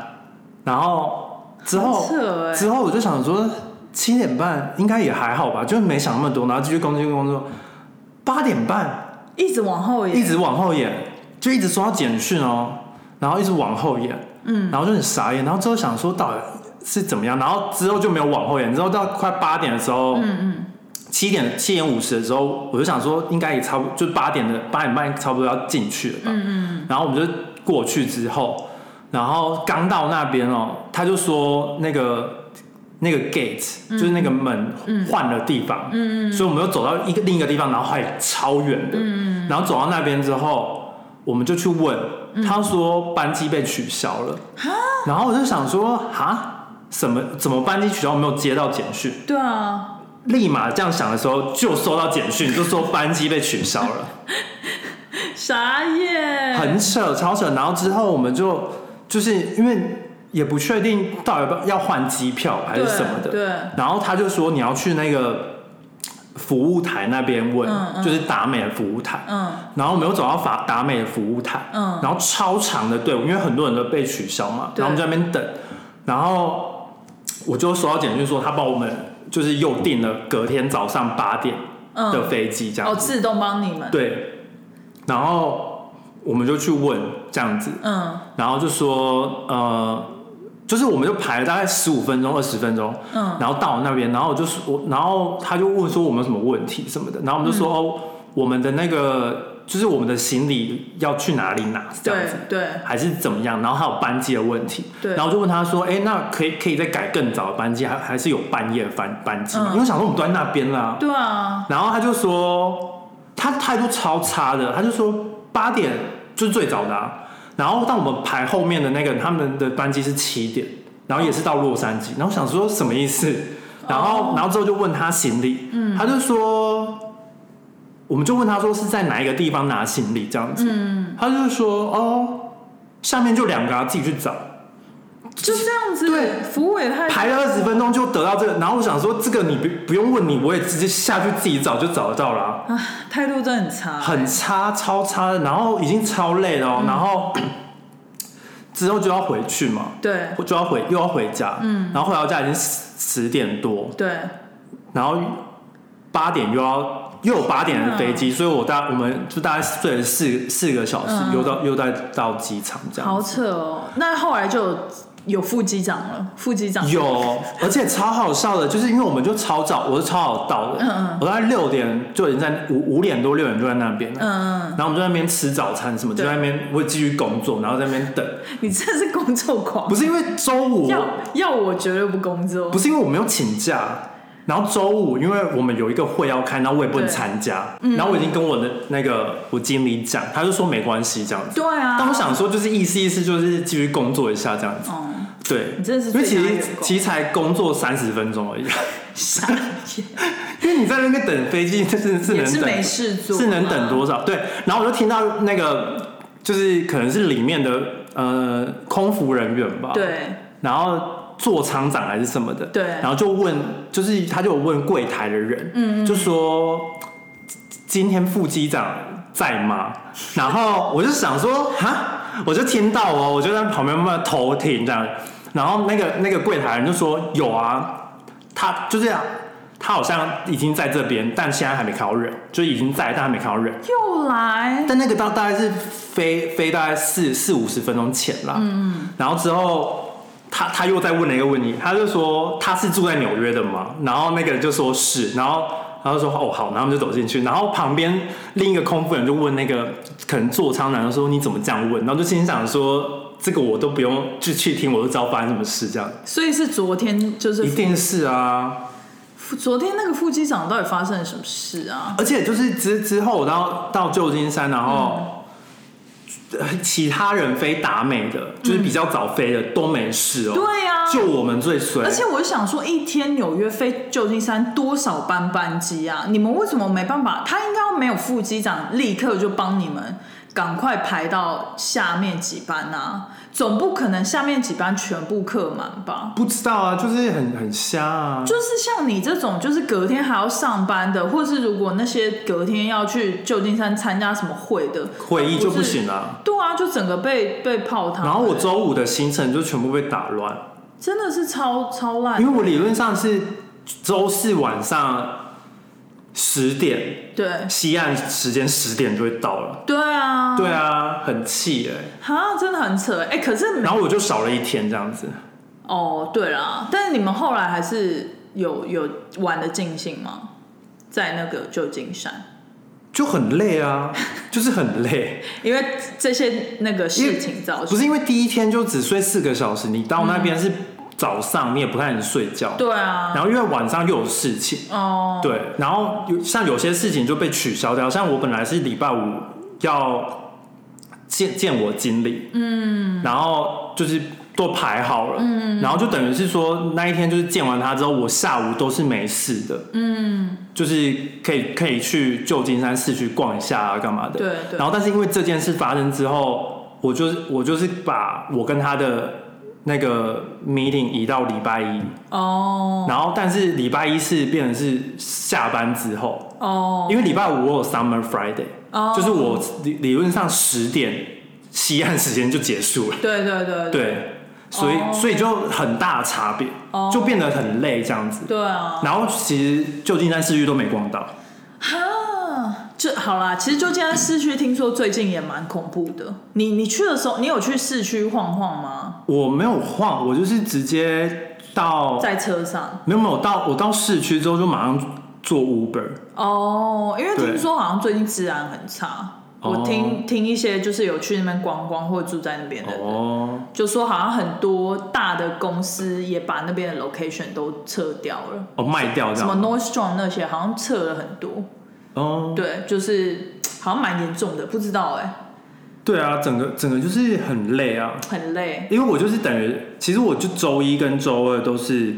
Speaker 2: 然后之后
Speaker 1: 好扯欸
Speaker 2: 哦之后我就想说七点半应该也还好吧，就是没想那么多，然后继续工作继续工作，八点半
Speaker 1: 一直往后
Speaker 2: 一
Speaker 1: 延，
Speaker 2: 直往后延，就一直收到简讯哦，然后一直往后延，嗯，然后就很傻眼，然后之后想说到底是怎么样，然后之后就没有往后延，之后到快八点的时候，嗯嗯。七点七点五十的时候，我就想说应该也差不就八点的八点半差不多要进去了吧，
Speaker 1: 嗯嗯，
Speaker 2: 然后我们就过去之后，然后刚到那边哦，他就说那个那个 gate、就是那个门换了地方，嗯所以我们又走到一个另一个地方，然后还超远的，嗯，然后走到那边之后，我们就去问，他说班机被取消了，然后我就想说哈，什么怎么班机取消？我没有接到简讯，
Speaker 1: 对啊，
Speaker 2: 立马这样想的时候就收到简讯，就说班机被取消了。
Speaker 1: 傻眼，
Speaker 2: 很扯，超扯。然后之后我们就就是因为也不确定到底要不要要换机票还是什么的，
Speaker 1: 对对
Speaker 2: 然后他就说你要去那个服务台那边问，
Speaker 1: 嗯嗯
Speaker 2: 就是达美的服务台。
Speaker 1: 嗯
Speaker 2: 然后我们又走到法达美的服务台，
Speaker 1: 嗯
Speaker 2: 然后超长的队伍，因为很多人都被取消嘛，
Speaker 1: 对
Speaker 2: 然后我们在那边等，然后我就收到简讯说他帮我们就是又订了隔天早上八点的
Speaker 1: 嗯，
Speaker 2: 飞机这样
Speaker 1: 哦，
Speaker 2: 子，
Speaker 1: 自动帮你们，
Speaker 2: 对，然后我们就去问这样子，
Speaker 1: 嗯
Speaker 2: 然后就说呃，就是我们就排了大概十五分钟、二十分钟，
Speaker 1: 嗯
Speaker 2: 然后到那边，然后我就说，我然后他就问说我们有什么问题什么的，然后我们就
Speaker 1: 嗯
Speaker 2: 说、哦，我们的那个就是我们的行李要去哪里拿这样
Speaker 1: 对
Speaker 2: 子，
Speaker 1: 对
Speaker 2: 还是怎么样，然后还有班机的问题，
Speaker 1: 对
Speaker 2: 然后就问他说，哎，那可以可以再改更早的班机，还还是有半夜班班机吗？
Speaker 1: 嗯
Speaker 2: 因为我想说我们都在那边啦，
Speaker 1: 对啊，
Speaker 2: 然后他就说他态度超差的，他就说八点就是最早的、啊，然后但我们排后面的那个他们的班机是七点，然后也是到洛杉矶，然后想说什么意思，然后、然后之后就问他行李，他就说。我们就问他说是在哪一个地方拿行李这样子，他就说哦，下面就两个、啊，自己去找。
Speaker 1: 就这样子，
Speaker 2: 对
Speaker 1: 服务也太
Speaker 2: 排了二十分钟就得到这个，然后我想说这个你不不用问你，我也直接下去自己找就找得到了啊、
Speaker 1: 啊，态度真的很差，
Speaker 2: 很差，超差的，然后已经超累了、哦，
Speaker 1: 嗯
Speaker 2: 然后 之后就要回去嘛，
Speaker 1: 对
Speaker 2: 就要回又要回家，嗯，然后回到家已经十十点多，
Speaker 1: 对，
Speaker 2: 然后八点又要又有八点的飞机，所以我大我们就大概睡了四四个小时，
Speaker 1: 啊嗯
Speaker 2: 又到又再到机场这样
Speaker 1: 好。扯哦。那后来就有有副机长了，副机长
Speaker 2: 有，而且超好笑的，就是因为我们就超早，我是超早到的，
Speaker 1: 嗯嗯
Speaker 2: 我大概六点就已经在五五点多六点就在那边了，
Speaker 1: 嗯，
Speaker 2: 然后我们就在那边吃早餐什么，就
Speaker 1: 对
Speaker 2: 在那边我也继续工作，然后在那边等。
Speaker 1: 你真是工作狂
Speaker 2: 不，是因为周五，
Speaker 1: 要要我绝对不工作，
Speaker 2: 不是因为我没有请假，然后周五因为我们有一个会要开，然后我也不能参加，
Speaker 1: 嗯
Speaker 2: 然后我已经跟我的那个我经理讲，他就说没关系这样子。
Speaker 1: 对啊，
Speaker 2: 但我想说，就是意思意思，就是继续工作一下这样子。
Speaker 1: 哦，
Speaker 2: 对，
Speaker 1: 你真的是
Speaker 2: 因为其
Speaker 1: 最大的
Speaker 2: 实
Speaker 1: 员工
Speaker 2: 其实才工作三十分 钟而已，
Speaker 1: 傻眼，
Speaker 2: 因为你在那边等飞机，就是是
Speaker 1: 也
Speaker 2: 能
Speaker 1: 是
Speaker 2: 等
Speaker 1: 没事做，
Speaker 2: 是能等多少？对，然后我就听到那个就是可能是里面的呃空服人员吧，
Speaker 1: 对
Speaker 2: 然后做厂长还是什么的，
Speaker 1: 对
Speaker 2: 然后就问，就是他就有问柜台的人，嗯就说今天副机长在吗？然后我就想说，哈，我就听到哦，我就在旁边慢慢偷听这样，然后那个那个柜台人就说有啊，他就这样。他好像已经在这边，但现在还没看到人，就已经在，但还没看到人。
Speaker 1: 又来，
Speaker 2: 但那个大大概是飞飞大概四四五十分钟前啦，嗯，然后之后他他又再问了一个问题，他就说他是住在纽约的嘛，然后那个人就说是，然后然后说哦好，然后我们就走进去，然后旁边另一个空服人就问那个可能座舱男就说你怎么这样问，然后就心想说。这个我都不用去去听，我都知道发生什么事，这样
Speaker 1: 所以是昨天就是
Speaker 2: 一定是啊。
Speaker 1: 昨天那个副机长到底发生了什么事啊？
Speaker 2: 而且就是之之后我到到旧金山，然
Speaker 1: 嗯
Speaker 2: 后、呃其他人飞达美的，就是比较早飞的、都没事哦。
Speaker 1: 嗯对呀、
Speaker 2: 就我们最衰
Speaker 1: 而。且我想说，一天纽约飞旧金山多少班班机啊？你们为什么没办法？他应该没有副机长立刻就帮你们赶快排到下面几班啊？总不可能下面几班全部客满吧？
Speaker 2: 不知道啊，就是很很瞎啊。
Speaker 1: 就是像你这种，就是隔天还要上班的，或是如果那些隔天要去旧金山参加什么会的，
Speaker 2: 会议就不
Speaker 1: 是
Speaker 2: 行了。
Speaker 1: 对啊，就整个被被泡汤。
Speaker 2: 然后我周五的行程就全部被打乱，
Speaker 1: 真的是超超烂，
Speaker 2: 因为我理论上是周四晚上十点，
Speaker 1: 对
Speaker 2: 西岸时间十点就会到了。
Speaker 1: 对啊，
Speaker 2: 对啊，很气哎、
Speaker 1: 哈，真的很扯哎、可是没
Speaker 2: 然后我就少了一天这样子。
Speaker 1: 哦，对啦，但是你们后来还是有有玩的尽兴吗？在那个旧金山，
Speaker 2: 就很 累啊，就是很累，
Speaker 1: 因为这些那个
Speaker 2: 因
Speaker 1: 事
Speaker 2: 为
Speaker 1: 情造
Speaker 2: 不
Speaker 1: 成，
Speaker 2: 是因为第一天就只睡四个小时，你到那边是早上，你也不太能睡觉，
Speaker 1: 对啊，
Speaker 2: 然后因为晚上又有事情，
Speaker 1: 哦，
Speaker 2: 对，然后有像有些事情就被取消掉，像我本来是礼拜五要见见我经理，嗯，然后就是都排好了，嗯，然后就等于是说那一天就是见完他之后，我下午都是没事的，嗯，就是可以可以去旧金山市区逛一下啊，干嘛的，
Speaker 1: 对对
Speaker 2: 然后但是因为这件事发生之后，我就是我就是把我跟他的那个 meeting 移到礼拜一，
Speaker 1: 哦
Speaker 2: 然后但是礼拜一是变成是下班之后，
Speaker 1: 哦，
Speaker 2: 因为礼拜五我有 Summer Friday，、
Speaker 1: 哦
Speaker 2: 就是我理理论上十点西岸时间就结束了，
Speaker 1: 对对对
Speaker 2: 对，所以、
Speaker 1: 哦
Speaker 2: 所以就很大差别
Speaker 1: 哦，
Speaker 2: 就变得很累这样子。
Speaker 1: 对啊，
Speaker 2: 然后其实旧金山市区都没逛到，
Speaker 1: 哈，这好啦，其实旧金山市区听说最近也蛮恐怖的。你你去的时候，你有去市区晃晃吗？
Speaker 2: 我没有晃，我就是直接到
Speaker 1: 在车上
Speaker 2: 没有没有到我到市区之后就马上坐 Uber，
Speaker 1: 哦，因为
Speaker 2: 对
Speaker 1: 听说好像最近治安很差。
Speaker 2: 哦
Speaker 1: 我听听一些就是有去那边观光或者住在那边的人，
Speaker 2: 哦，
Speaker 1: 就说好像很多大的公司也把那边的 location 都撤掉了，
Speaker 2: 哦卖掉这
Speaker 1: 什么
Speaker 2: 样，
Speaker 1: Nordstrom 那些好像撤了很多。
Speaker 2: 哦，
Speaker 1: 对，就是好像蛮严重的，不知道哎、
Speaker 2: 对啊，整个整个就是很累啊，
Speaker 1: 很累
Speaker 2: 因为我就是等于，其实我就周一跟周二都是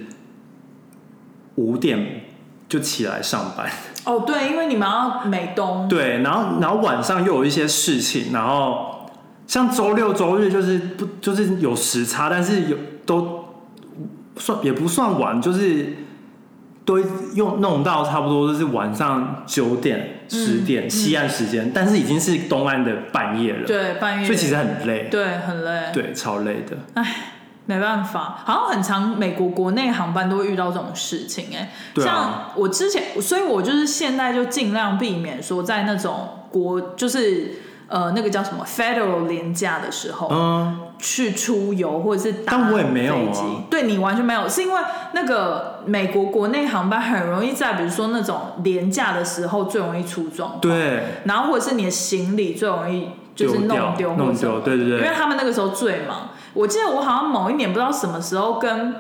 Speaker 2: 五点就起来上班，
Speaker 1: 哦。对，因为你们要美东，
Speaker 2: 对，然后然后晚上又有一些事情，然后像周六周日就是不就是有时差，但是有都算也不算晚，就是都用弄到差不多就是晚上九点十点、西岸时间，但是已经是东岸的半夜了，
Speaker 1: 对半夜，
Speaker 2: 所以其实很累，
Speaker 1: 对很累，
Speaker 2: 对，超累的。
Speaker 1: 没办法，好像很常美国国内航班都会遇到这种事情哎、
Speaker 2: 对啊
Speaker 1: 像我之前，所以我就是现在就尽量避免说在那种国就是呃那个叫什么 federal 廉价的时候，
Speaker 2: 嗯，
Speaker 1: 去出游或者是打
Speaker 2: 但我也没有啊
Speaker 1: 飞机，对你完全没有，是因为那个美国国内航班很容易在比如说那种廉价的时候最容易出状况，
Speaker 2: 对，
Speaker 1: 然后或者是你的行李最容易就是弄丢
Speaker 2: 丢掉
Speaker 1: 或者
Speaker 2: 弄
Speaker 1: 什么
Speaker 2: 丢，对对
Speaker 1: 因
Speaker 2: 对
Speaker 1: 为，他们那个时候最忙。我记得我好像某一年不知道什么时候跟，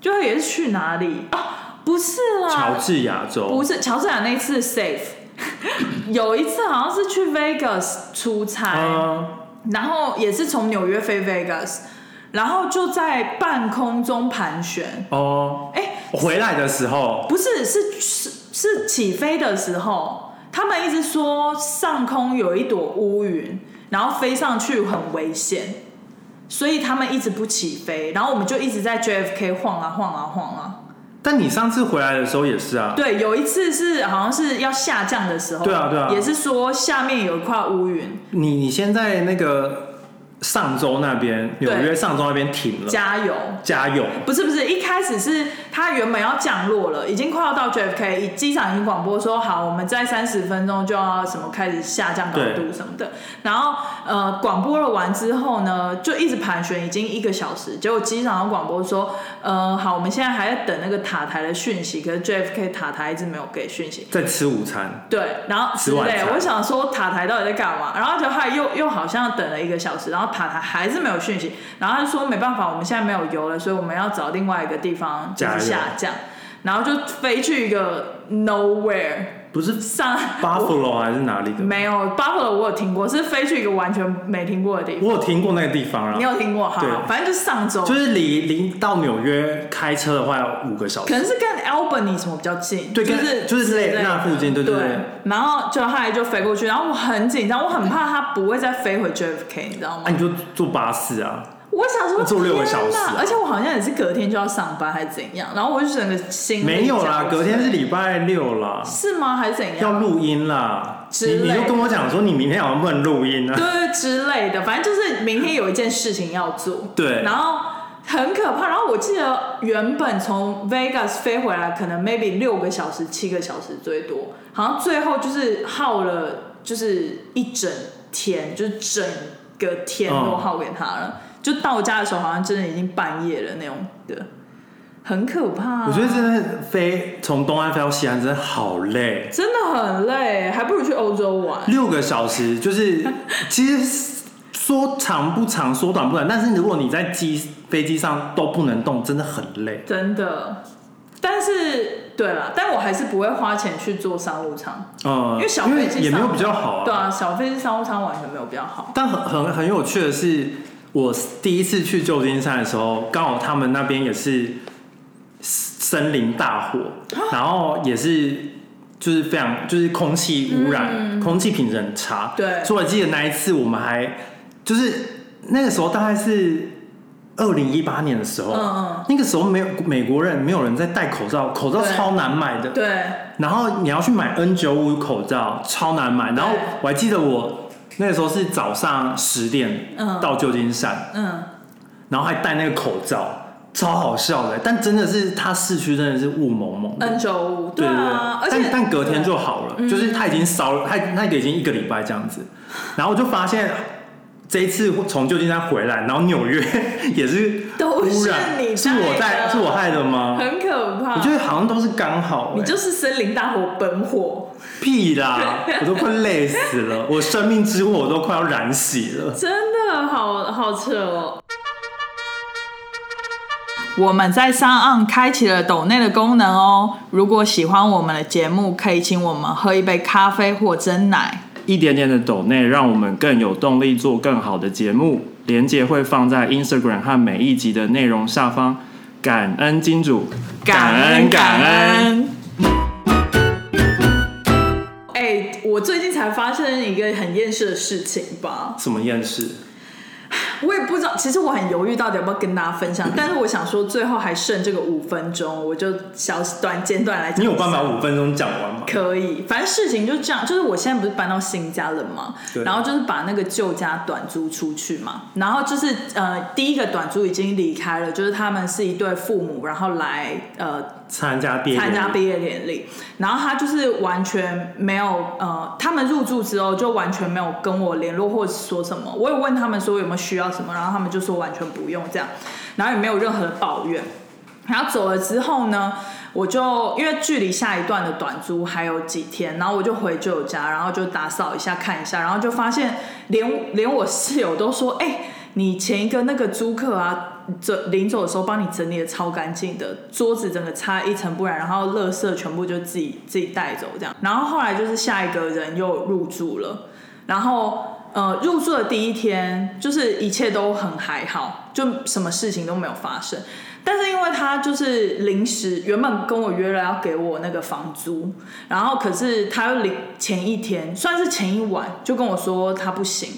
Speaker 1: 就是也是去哪里啊？不是
Speaker 2: 乔
Speaker 1: 啦，
Speaker 2: 治亚
Speaker 1: 不
Speaker 2: 州，
Speaker 1: 是乔治亚那一次 safe，有一次好像是去 Vegas 出差，
Speaker 2: 嗯，
Speaker 1: 然后也是从纽约飞 Vegas，然后就在半空中盘旋。
Speaker 2: 哦，
Speaker 1: 哎，
Speaker 2: 回来的时候，
Speaker 1: 不是，是是是起飞的时候，他们一直说上空有一朵乌云，然后飞上去很危险，所以他们一直不起飞。然后我们就一直在 JFK 晃啊晃啊晃啊。
Speaker 2: 但你上次回来的时候也是啊，
Speaker 1: 对，有一次是好像是要下降的时候，
Speaker 2: 对啊对啊
Speaker 1: 也是说下面有一块乌云，
Speaker 2: 你你先在那个上周那边，纽约上周那边停了，
Speaker 1: 加油！
Speaker 2: 加油，
Speaker 1: 不是不是，一开始是他原本要降落了，已经快要到 JFK，已机场已经广播说好，我们在三十分钟就要什么开始下降高度
Speaker 2: 对
Speaker 1: 什么的。然后呃，广播了完之后呢，就一直盘旋，已经一个小时。结果机场有广播说，呃，好，我们现在还在等那个塔台的讯息，可是 JFK 塔台一直没有给讯息。
Speaker 2: 在吃午餐，
Speaker 1: 对，然后之
Speaker 2: 吃晚
Speaker 1: 类，
Speaker 2: 餐
Speaker 1: 我想说塔台到底在干嘛？然后就还又又好像等了一个小时，然后塔台还是没有讯息，然后他就说没办法，我们现在没有油了，所以我们要找另外一个地方就是
Speaker 2: 加油
Speaker 1: 下降，然后就飞去一个 nowhere
Speaker 2: 不是
Speaker 1: 上
Speaker 2: Buffalo 还是哪里的？
Speaker 1: 没有 Buffalo 我有听过，是飞去一个完全没听过的地方，
Speaker 2: 我有听过那个地方
Speaker 1: 你
Speaker 2: 啊，
Speaker 1: 有听过？好
Speaker 2: 对，
Speaker 1: 反正就是上周，
Speaker 2: 就是离离到纽约开车的话要五个小
Speaker 1: 可
Speaker 2: 时，
Speaker 1: 能是跟 Albany 什么比较近，
Speaker 2: 对
Speaker 1: 就
Speaker 2: 跟
Speaker 1: 是
Speaker 2: 就是
Speaker 1: 之类的
Speaker 2: 那附近对对对啊
Speaker 1: 然后就后来就飞过去，然后我很紧张，我很怕它不会再飞回 JFK，你知道吗
Speaker 2: 啊，？你就坐巴士啊，
Speaker 1: 我想说
Speaker 2: 坐六个小时啊
Speaker 1: 天哪而且我好像也是隔天就要上班还是怎样，然后我就整个心
Speaker 2: 没有啦，
Speaker 1: 力交瘁
Speaker 2: 隔天是礼拜六啦，
Speaker 1: 是吗？还是怎样？
Speaker 2: 要录音啦，你
Speaker 1: 之类
Speaker 2: 你就跟我讲说你明天好像不能录音 啊，
Speaker 1: 对之类的，反正就是明天有一件事情要做，
Speaker 2: 对
Speaker 1: 然后很可怕。然后我记得原本从 Vegas 飞回来，可能 maybe 六个小时、七个小时最多，好像最后就是耗了就是一整天，就是整个天都耗给他了。
Speaker 2: 嗯
Speaker 1: 就到家的时候，好像真的已经半夜了那种的，很可怕、
Speaker 2: 我觉得真的飞从东岸飞到西岸真的好累，
Speaker 1: 真的很累，还不如去欧洲玩。
Speaker 2: 六个小时就是 其实说长不长，说短不短，但是如果你在机飞机上都不能动，真的很累。
Speaker 1: 真的。但是，对了，但我还是不会花钱去做商务舱，
Speaker 2: 嗯，
Speaker 1: 因为小飞机上
Speaker 2: 也没有比较好啊。
Speaker 1: 对啊，小飞机商务舱完全没有比较好。
Speaker 2: 但很很很有趣的是，我第一次去旧金山的时候，刚好他们那边也是森林大火，
Speaker 1: 哦
Speaker 2: 然后也是就是非常就是空气污染，空气品质很差。
Speaker 1: 嗯对
Speaker 2: 所以我记得那一次我们还就是那个时候大概是。二零一八年的时候，
Speaker 1: 嗯嗯
Speaker 2: 那个时候没有美国人没有人在戴口罩，口罩
Speaker 1: 对
Speaker 2: 超难买的。
Speaker 1: 对，
Speaker 2: 然后你要去买 N 9 5口罩，超难买。然后
Speaker 1: 对
Speaker 2: 我还记得我那时候是早上十点
Speaker 1: 嗯
Speaker 2: 到旧金山，
Speaker 1: 嗯，
Speaker 2: 然后还戴那个口罩，超好笑的。但真的是它市区真的是雾蒙蒙的。
Speaker 1: n 九五，
Speaker 2: 对对
Speaker 1: 呃啊，而
Speaker 2: 对，
Speaker 1: 且
Speaker 2: 但但隔天就好了，就是它已经烧了，它它已经一个礼拜这样子，然后我就发现这一次从旧金山回来，然后纽约 也是
Speaker 1: 都是
Speaker 2: 污染
Speaker 1: 你
Speaker 2: 是我
Speaker 1: 带的
Speaker 2: 带是我害的 吗？
Speaker 1: 很可怕。
Speaker 2: 我觉得好像都是刚好、欸，
Speaker 1: 你就是森林大火本火，
Speaker 2: 屁啦！ 我都快累死了，我生命之火我都快要燃起了。
Speaker 1: 真的好好扯哦。我们在上岸开启了抖内的功能哦。如果喜欢我们的节目，可以请我们喝一杯咖啡或蒸奶。
Speaker 3: 一点点的抖内，让我们更有动力做更好的节目。连接会放在 Instagram 和每一集的内容下方。感恩金主，
Speaker 1: 感恩。哎、我最近才发生一个很厌世的事情吧，
Speaker 2: 什么厌世？
Speaker 1: 我也不知道，其实我很犹豫到底要不要跟大家分享，但是我想说最后还剩这个五分钟，我就小短简短来讲。
Speaker 2: 你有办法？五分钟讲完吗？
Speaker 1: 可以，反正事情就这样，就是我现在不是搬到新家了嘛，
Speaker 2: 对
Speaker 1: 然后就是把那个旧家短租出去嘛，然后就是呃，第一个短租已经离开了，就是他们是一对父母，然后来呃
Speaker 2: 参加毕业典
Speaker 1: 参
Speaker 2: 礼
Speaker 1: 加毕业典礼，然后他就是完全没有呃，他们入住之后就完全没有跟我联络或者说什么，我有问他们说有没有需要什么，然后他们就说完全不用这样，然后也没有任何的抱怨。然后走了之后呢，我就因为距离下一段的短租还有几天，然后我就回舅家，然后就打扫一下看一下，然后就发现连连我室友都说，哎、你前一个那个租客啊，走临走的时候帮你整理的超干净的，桌子整个擦一尘不染，然后垃圾全部就自己自己带走这样。然后后来就是下一个人又入住了，然后呃，入住的第一天就是一切都很还好，就什么事情都没有发生。但是因为他就是临时原本跟我约了要给我那个房租，然后可是他又临前一天算是前一晚就跟我说他不行，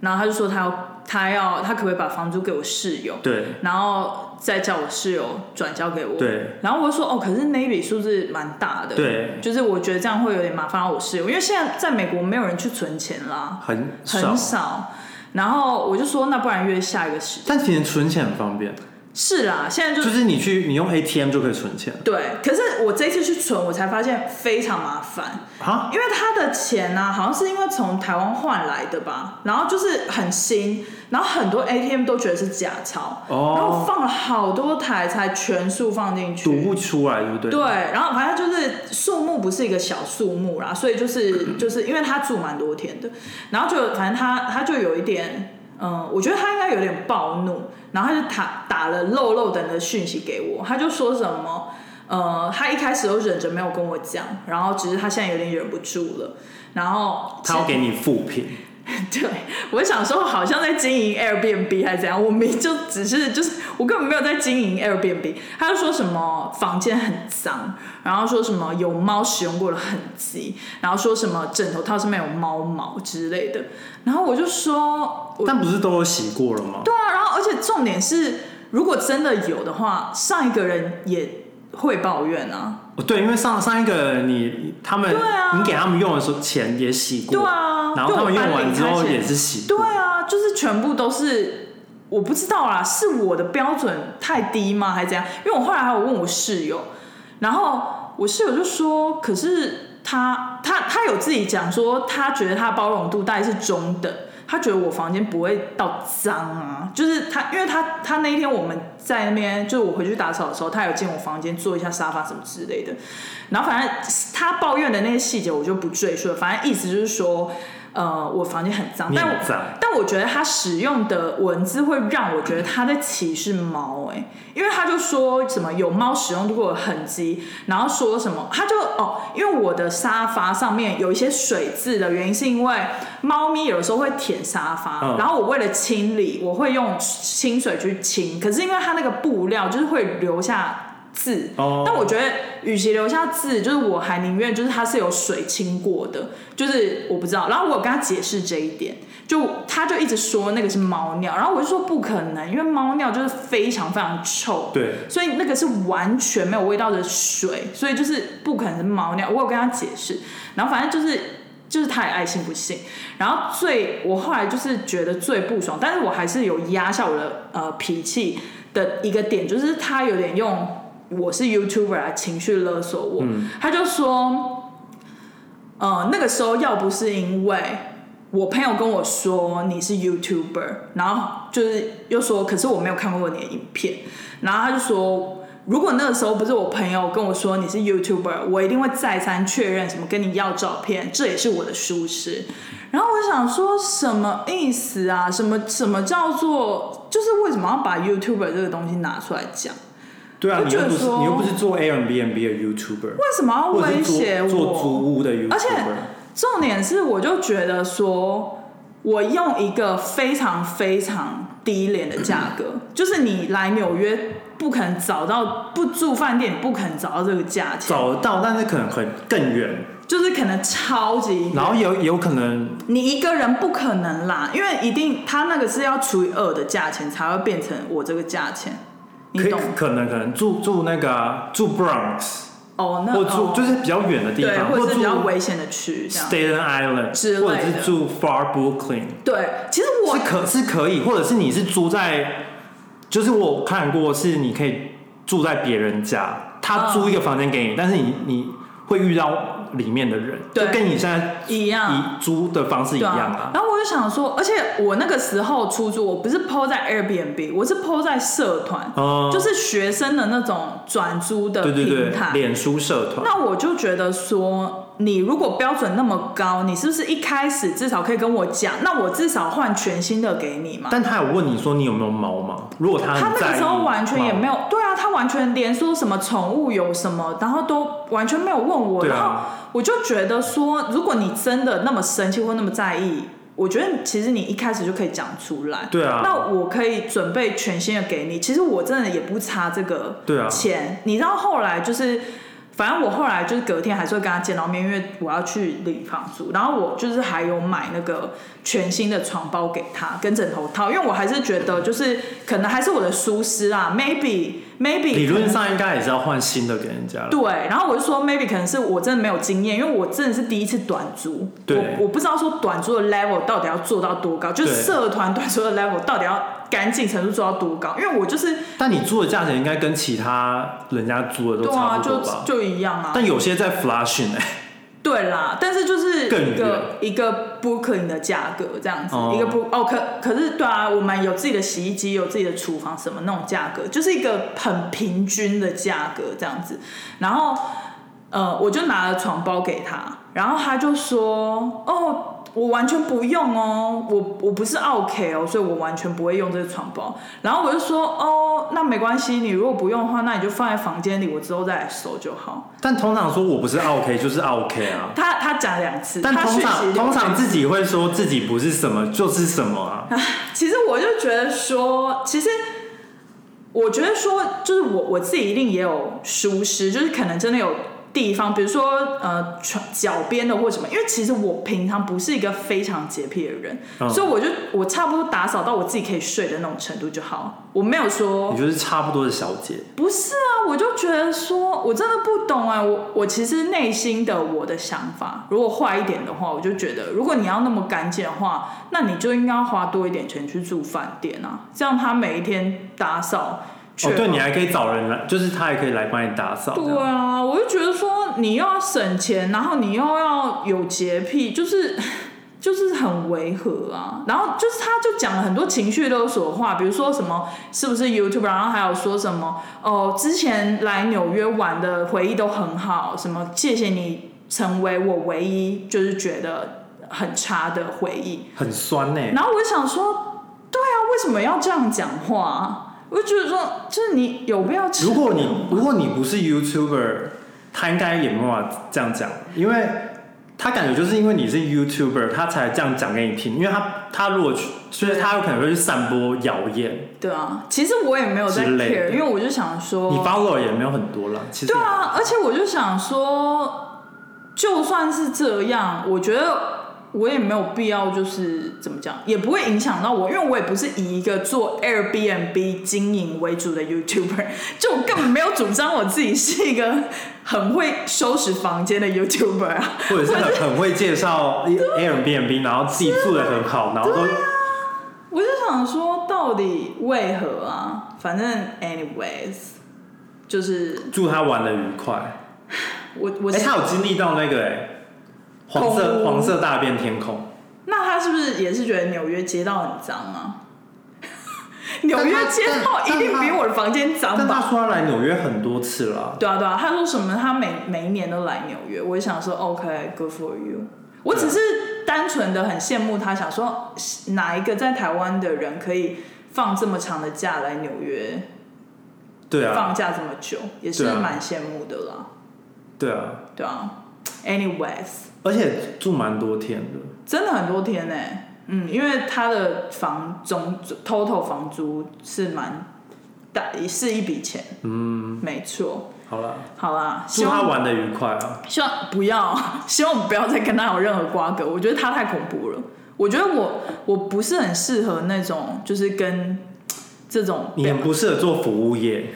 Speaker 1: 然后他就说他要他要他可不可以把房租给我室友？
Speaker 2: 对
Speaker 1: 然后再叫我室友转交给我。
Speaker 2: 对，
Speaker 1: 然后我就说哦，可是那一笔数字蛮大的，
Speaker 2: 对
Speaker 1: 就是我觉得这样会有点麻烦到我室友，因为现在在美国没有人去存钱啦，
Speaker 2: 很少
Speaker 1: 很，少。然后我就说，那不然约下一个时
Speaker 2: 但其实存钱很方便，
Speaker 1: 是啦，现在就
Speaker 2: 就是你去你用 ATM 就可以存钱
Speaker 1: 对。可是我这次去存，我才发现非常麻烦，
Speaker 2: 啊。
Speaker 1: 因为他的钱呢、好像是因为从台湾换来的吧，然后就是很新，然后很多 ATM 都觉得是假钞，
Speaker 2: 哦
Speaker 1: 然后放了好多台才全数放进去，
Speaker 2: 读不出来，对不对？
Speaker 1: 对，然后反正就是数目不是一个小数目啦，所以就是就是因为他住蛮多天的，然后就反正他他就有一点，嗯，我觉得他应该有点暴怒，然后他就打打了漏漏等的讯息给我，他就说什么，呃，他一开始都忍着没有跟我讲，然后只是他现在有点忍不住了，然后
Speaker 2: 他要给你复评，
Speaker 1: 对，我想说好像在经营 Airbnb 还是怎样，我明就只是就是我根本没有在经营 Airbnb。他就说什么房间很脏，然后说什么有猫使用过的痕迹，然后说什么枕头套上面有猫毛之类的。然后我就说，我
Speaker 2: 但不是都有洗过了吗？
Speaker 1: 对啊，然后而且重点是，如果真的有的话，上一个人也会抱怨啊。
Speaker 2: 哦对，因为上上一个你他们
Speaker 1: 对啊
Speaker 2: 你给他们用的时候钱也洗过，
Speaker 1: 对啊
Speaker 2: 然后他们用完之
Speaker 1: 就我
Speaker 2: 后
Speaker 1: 搬离开前
Speaker 2: 也是洗
Speaker 1: 对
Speaker 2: 过，
Speaker 1: 啊，就是全部都是我不知道啦，是我的标准太低吗，还是怎样？因为我后来还有问我室友，然后我室友就说，可是他他他有自己讲说，他觉得他的包容度大概是中等。他觉得我房间不会到脏啊，就是他，因为他他那一天我们在那边，就是我回去打扫的时候，他有进我房间坐一下沙发什么之类的，然后反正他抱怨的那些细节我就不赘述了，反正意思就是说，呃，我房间很脏，
Speaker 2: 你
Speaker 1: 但
Speaker 2: 很
Speaker 1: 我
Speaker 2: 脏
Speaker 1: 但我觉得他使用的文字会让我觉得他在歧视猫、欸，因为他就说什么有猫使用过的痕迹，然后说什么，他就哦，因为我的沙发上面有一些水渍的原因，是因为猫咪有的时候会舔沙发，
Speaker 2: 嗯
Speaker 1: 然后我为了清理，我会用清水去清，可是因为它那个布料就是会留下。字，
Speaker 2: 哦
Speaker 1: 但我觉得，与其留下字，就是我还宁愿就是它是有水清过的，就是我不知道。然后我有跟他解释这一点，就他就一直说那个是猫尿，然后我就说不可能，因为猫尿就是非常非常臭，
Speaker 2: 对
Speaker 1: 所以那个是完全没有味道的水，所以就是不可能是猫尿。我有跟他解释，然后反正就是就是他也爱信不信。然后最我后来就是觉得最不爽，但是我还是有压下我的呃脾气的一个点，就是他有点用我是 YouTuber 来情绪勒索我，他就说，呃，那个时候要不是因为。我朋友跟我说你是 YouTuber，然后就是又说，可是我没有看过你的影片，然后他就说，如果那个时候不是我朋友跟我说你是 YouTuber，我一定会再三确认什么跟你要照片，这也是我的舒适。然后我想说什么意思啊？什么什么叫做就是为什么要把 YouTuber 这个东西拿出来讲？
Speaker 2: 对啊，
Speaker 1: 我
Speaker 2: 你
Speaker 1: 觉
Speaker 2: 又
Speaker 1: 得
Speaker 2: 不是
Speaker 1: 说
Speaker 2: 你又不是做 Airbnb 的 YouTuber，
Speaker 1: 为什么要
Speaker 2: 或者
Speaker 1: 威
Speaker 2: 是
Speaker 1: 胁我？
Speaker 2: 做做租屋的 YouTuber，
Speaker 1: 而且重点是，我就觉得说，我用一个非常非常低廉的价格，
Speaker 2: 嗯
Speaker 1: 就是你来纽约不可能找到不住饭店，不可能找到这个价钱，
Speaker 2: 找得到，但是可能很更远，
Speaker 1: 就是可能超级
Speaker 2: 然后也有也有可能
Speaker 1: 你一个人不可能啦，因为一定他那个是要除以二的价钱才会变成我这个价钱，你
Speaker 2: 可以
Speaker 1: 懂？
Speaker 2: 可能可能住住那个啊住 Bronx
Speaker 1: 哦，那
Speaker 2: 或住
Speaker 1: 哦
Speaker 2: 就是比较远的地
Speaker 1: 对，
Speaker 2: 方，
Speaker 1: 或者是
Speaker 2: 住
Speaker 1: 比较危险的区这样。
Speaker 2: Staten Island
Speaker 1: 之类的
Speaker 2: 或者是住 Far Brooklyn
Speaker 1: 对，其实我
Speaker 2: 是可是可以，或者是你是住在，就是我看过是你可以住在别人家，他
Speaker 1: 嗯
Speaker 2: 租一个房间给你，但是你你会遇到里面的人，就
Speaker 1: 对
Speaker 2: 跟你现在
Speaker 1: 一样，
Speaker 2: 以租的方式一
Speaker 1: 对
Speaker 2: 样
Speaker 1: 啊
Speaker 2: 啊。。
Speaker 1: 然后我就想说，而且我那个时候出租，我不是 PO 在 Airbnb，我是 PO 在社团，
Speaker 2: 嗯，
Speaker 1: 就是学生的那种转租的
Speaker 2: 对对
Speaker 1: 平
Speaker 2: 对
Speaker 1: 台。，
Speaker 2: 脸书社团，
Speaker 1: 那我就觉得说，你如果标准那么高，你是不是一开始至少可以跟我讲？那我至少换全新的给你嘛。
Speaker 2: 但他有问你说你有没有猫吗？如果
Speaker 1: 他
Speaker 2: 他很
Speaker 1: 那
Speaker 2: 在
Speaker 1: 个
Speaker 2: 意嗯
Speaker 1: 时候完全也没
Speaker 2: 猫
Speaker 1: 有，对啊，他完全连说什么宠物有什么，然后都完全没有问我，
Speaker 2: 对啊
Speaker 1: 然后我就觉得说，如果你真的那么生气或那么在意，我觉得其实你一开始就可以讲出来，
Speaker 2: 对啊
Speaker 1: 那我可以准备全新的给你，其实我真的也不差这个
Speaker 2: 对啊
Speaker 1: 钱，你知道后来就是。反正我后来就是隔天还是会跟他见到面，因为我要去领房租，然后我就是还有买那个全新的床包给他跟枕头套，因为我还是觉得就是可能还是我的疏失啊，maybe maybe
Speaker 2: 理
Speaker 1: 可
Speaker 2: 论
Speaker 1: 能
Speaker 2: 上应该也是要换新的给人家了。
Speaker 1: 对，然后我就说 maybe 可能是我真的没有经验，因为我真的是第一次短租，
Speaker 2: 对
Speaker 1: 我我不知道说短租的 level 到底要做到多高，就是
Speaker 2: 对
Speaker 1: 社团短租的 level 到底要干净程度做到多高，因为我就是
Speaker 2: 但你租的价钱应该跟其他人家租的
Speaker 1: 对
Speaker 2: 都
Speaker 1: 啊，
Speaker 2: 差不多
Speaker 1: 就
Speaker 2: 吧？
Speaker 1: 就一样啊，
Speaker 2: 但有些在 Flushing 哎、
Speaker 1: 对啦，但是就是
Speaker 2: 更
Speaker 1: 一
Speaker 2: 远
Speaker 1: 个一个 Brooklyn 的价格这样子，
Speaker 2: 哦
Speaker 1: 一个不哦可可是对啊，我们有自己的洗衣机，有自己的厨房，什么那种价格，就是一个很平均的价格这样子。然后呃，我就拿了床包给他，然后他就说哦。我完全不用哦，我我不是 OK 哦，所以我完全不会用这个床包。然后我就说哦，那没关系，你如果不用的话，那你就放在房间里，我之后再来收就好。
Speaker 2: 但通常说我不是 OK 就是 OK 啊。
Speaker 1: 他他讲两次，
Speaker 2: 但
Speaker 1: 他
Speaker 2: 通
Speaker 1: 讯息
Speaker 2: 常
Speaker 1: 留
Speaker 2: 通常
Speaker 1: 两次
Speaker 2: 自己会说自己不是什么就是什么 啊。
Speaker 1: 其实我就觉得说，其实我觉得说，就是我我自己一定也有疏失，就是可能真的有地方，比如说呃床脚边的或什么，因为其实我平常不是一个非常洁癖的人，
Speaker 2: 嗯
Speaker 1: 所以我就我差不多打扫到我自己可以睡的那种程度就好，我没有说
Speaker 2: 你就是差不多的小姐，
Speaker 1: 不是啊，我就觉得说，我真的不懂哎、我我其实内心的我的想法，如果坏一点的话，我就觉得，如果你要那么干净的话，那你就应该要花多一点钱去住饭店啊，这样他每一天打扫。
Speaker 2: 哦
Speaker 1: 确，
Speaker 2: 对，
Speaker 1: 保
Speaker 2: 你还可以找人来，就是他也可以来帮你打扫。这
Speaker 1: 对
Speaker 2: 样
Speaker 1: 啊，我就觉得说你又要省钱，然后你又要有洁癖，就是就是很违和啊。然后就是他就讲了很多情绪勒索的话，比如说什么是不是 YouTube，然后还有说什么哦，之前来纽约玩的回忆都很好，什么谢谢你成为我唯一，就是觉得。很差的回忆。
Speaker 2: 很酸呢、
Speaker 1: 然后我就想说，对啊，为什么要这样讲话啊？我就觉得说，就是你有必要吃
Speaker 2: 如果你如果你不是 YouTuber，他应该也没办法这样讲，因为他感觉就是因为你是 YouTuber，他才这样讲给你听，因为他他如果去，就是他有可能会去散播谣言，
Speaker 1: 对啊，其实我也没有在
Speaker 2: 之类
Speaker 1: care，
Speaker 2: 的
Speaker 1: 因为我就想说，
Speaker 2: 你 follow 也没有很多啦，其实
Speaker 1: 对啊，而且我就想说，就算是这样，我觉得我也没有必要，就是怎么讲，也不会影响到我，因为我也不是以一个做 Airbnb 经营为主的 YouTuber，就 我根本没有主张我自己是一个很会收拾房间的 YouTuber 啊。
Speaker 2: 或者是很很会介绍 Airbnb，然后自己住的很好，
Speaker 1: 啊
Speaker 2: 然后都
Speaker 1: 我就想说，到底为何啊？反正 anyways，就是
Speaker 2: 祝他玩的愉快。
Speaker 1: 我我、
Speaker 2: 哎、他有经历到那个哎、黄色
Speaker 1: 恐怖
Speaker 2: 黄色大变天空，
Speaker 1: 那他是不是也是觉得纽约街道很脏啊？ 纽约街道一定比我的房间脏
Speaker 2: 但他
Speaker 1: 吧？
Speaker 2: 说他来纽约很多次了，
Speaker 1: 对啊，对啊，他说什么？他每每一年都来纽约，我就想说，OK，good、for you。我只是单纯的很羡慕他，想说哪一个在台湾的人可以放这么长的假来纽约
Speaker 2: 对啊，
Speaker 1: 放假这么久，也
Speaker 2: 对
Speaker 1: 是
Speaker 2: 啊
Speaker 1: 蛮羡慕的啦。
Speaker 2: 对啊，
Speaker 1: 对啊，anyways，
Speaker 2: 而且住蛮多天的，
Speaker 1: 真的很多天呢、嗯，因为他的房总 total 房租是蛮大，是一笔钱，
Speaker 2: 嗯，
Speaker 1: 没错。
Speaker 2: 好了，
Speaker 1: 好啦，
Speaker 2: 祝
Speaker 1: 希
Speaker 2: 他
Speaker 1: 望
Speaker 2: 玩的愉快啊，
Speaker 1: 希望不要， 希望我们不要再跟他有任何瓜葛。我觉得他太恐怖了，我觉得我我不是很适合那种，就是跟这种
Speaker 2: 你很不适合做服务业，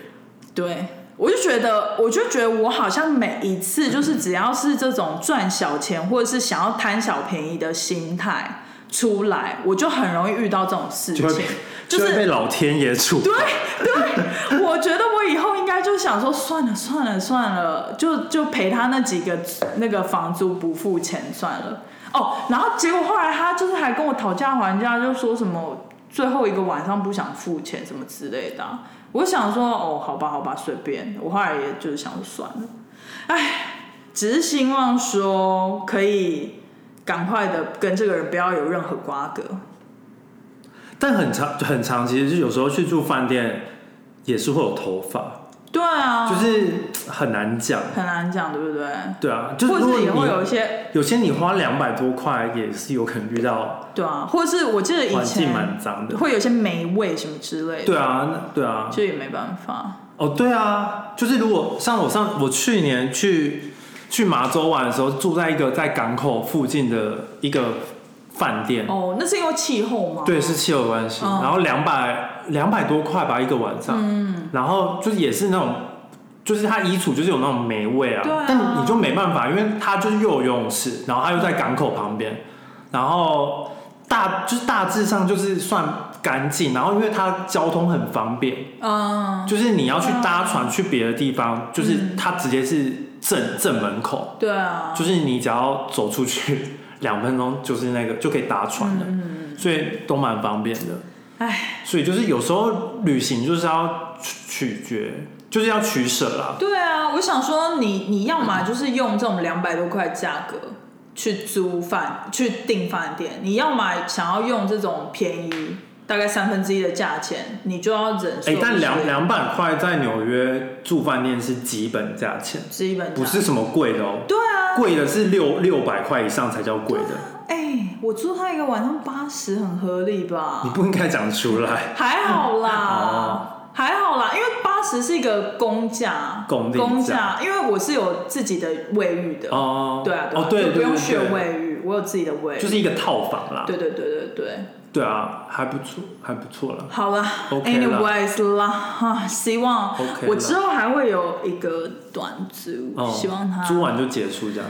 Speaker 1: 对，我就觉得，我就觉得我好像每一次就是只要是这种赚小钱或者是想要贪小便宜的心态出来，我就很容易遇到这种事
Speaker 2: 就会被
Speaker 1: 情，就
Speaker 2: 会被
Speaker 1: 是。
Speaker 2: 老天爷处，
Speaker 1: 对对， 我觉得我以后应该就想说，算了算了算了，就就赔他那几个那个房租不付钱算了。哦，然后结果后来他就是还跟我讨价还价，就说什么最后一个晚上不想付钱什么之类的啊、我想说，哦，好吧好吧，随便。我后来也就是想说算了，唉，只是希望说可以赶快的跟这个人不要有任何瓜葛。
Speaker 2: 但很长很长，其实是有时候去住饭店也是会有头发，
Speaker 1: 对啊，
Speaker 2: 就是很难讲，
Speaker 1: 很难讲，对不对？
Speaker 2: 对啊，就是
Speaker 1: 或
Speaker 2: 如
Speaker 1: 者
Speaker 2: 果
Speaker 1: 是
Speaker 2: 你
Speaker 1: 也会有一些
Speaker 2: 有些你花两百多块也是有可能遇到
Speaker 1: 对啊，或者是我记得以
Speaker 2: 环境蛮
Speaker 1: 前
Speaker 2: 脏的，
Speaker 1: 会有一些霉味什么之类的，
Speaker 2: 对啊，那对啊，
Speaker 1: 就也没办法。
Speaker 2: 哦，对啊，就是如果像我上我去年去去麻州玩的时候，住在一个在港口附近的一个饭店，
Speaker 1: 哦，那是因为气候吗？
Speaker 2: 对，是汽油关系，
Speaker 1: 嗯
Speaker 2: 然后两百两百多块吧一个晚上，嗯，然后就是也是那种。就是它衣橱就是有那种霉味啊，
Speaker 1: 对啊
Speaker 2: 但你就没办法，因为它就是又有游泳池，然后它又在港口旁边，然后大就是大致上就是算干净，然后因为它交通很方便，
Speaker 1: 嗯，
Speaker 2: 就是你要去搭船去别的地方，就是它直接是正正门口，
Speaker 1: 对啊，
Speaker 2: 就是你只要走出去两分钟，就是那个就可以搭船
Speaker 1: 嗯
Speaker 2: 了，所以都蛮方便的。
Speaker 1: 哎，
Speaker 2: 所以就是有时候旅行就是要取取决，就是要取舍啦。
Speaker 1: 对啊，我想说你你要嘛就是用这种两百多块价格去租饭去订饭店，你要嘛想要用这种便宜大概三分之一的价钱，你就要忍受。
Speaker 2: 哎、但
Speaker 1: 啊
Speaker 2: 两两百块在纽约住饭店是基本价钱，
Speaker 1: 基本价
Speaker 2: 不是什么贵的哦，
Speaker 1: 对啊，
Speaker 2: 贵的是六六百块以上才叫贵的，
Speaker 1: 哎、我租他一个晚上八十很合理吧？
Speaker 2: 你不应该讲出来。
Speaker 1: 还好
Speaker 2: 哦
Speaker 1: 啦，还好啦，因为八十是一个公价，
Speaker 2: 公定价
Speaker 1: 价，因为我是有自己的卫浴的，
Speaker 2: 哦，
Speaker 1: 对啊，
Speaker 2: 哦
Speaker 1: 啊，
Speaker 2: 对
Speaker 1: 就
Speaker 2: 对
Speaker 1: 不
Speaker 2: 对
Speaker 1: 用学
Speaker 2: 对
Speaker 1: 卫浴，我有自己的卫浴，
Speaker 2: 就是一个套房啦。
Speaker 1: 对对对对对，
Speaker 2: 对啊，还不错，还不错啦。
Speaker 1: 好啦
Speaker 2: OK 啦
Speaker 1: anyways 啦，哈，希望
Speaker 2: OK 啦
Speaker 1: 我之后还会有一个短租，
Speaker 2: 哦，
Speaker 1: 希望他
Speaker 2: 租完就结束这样。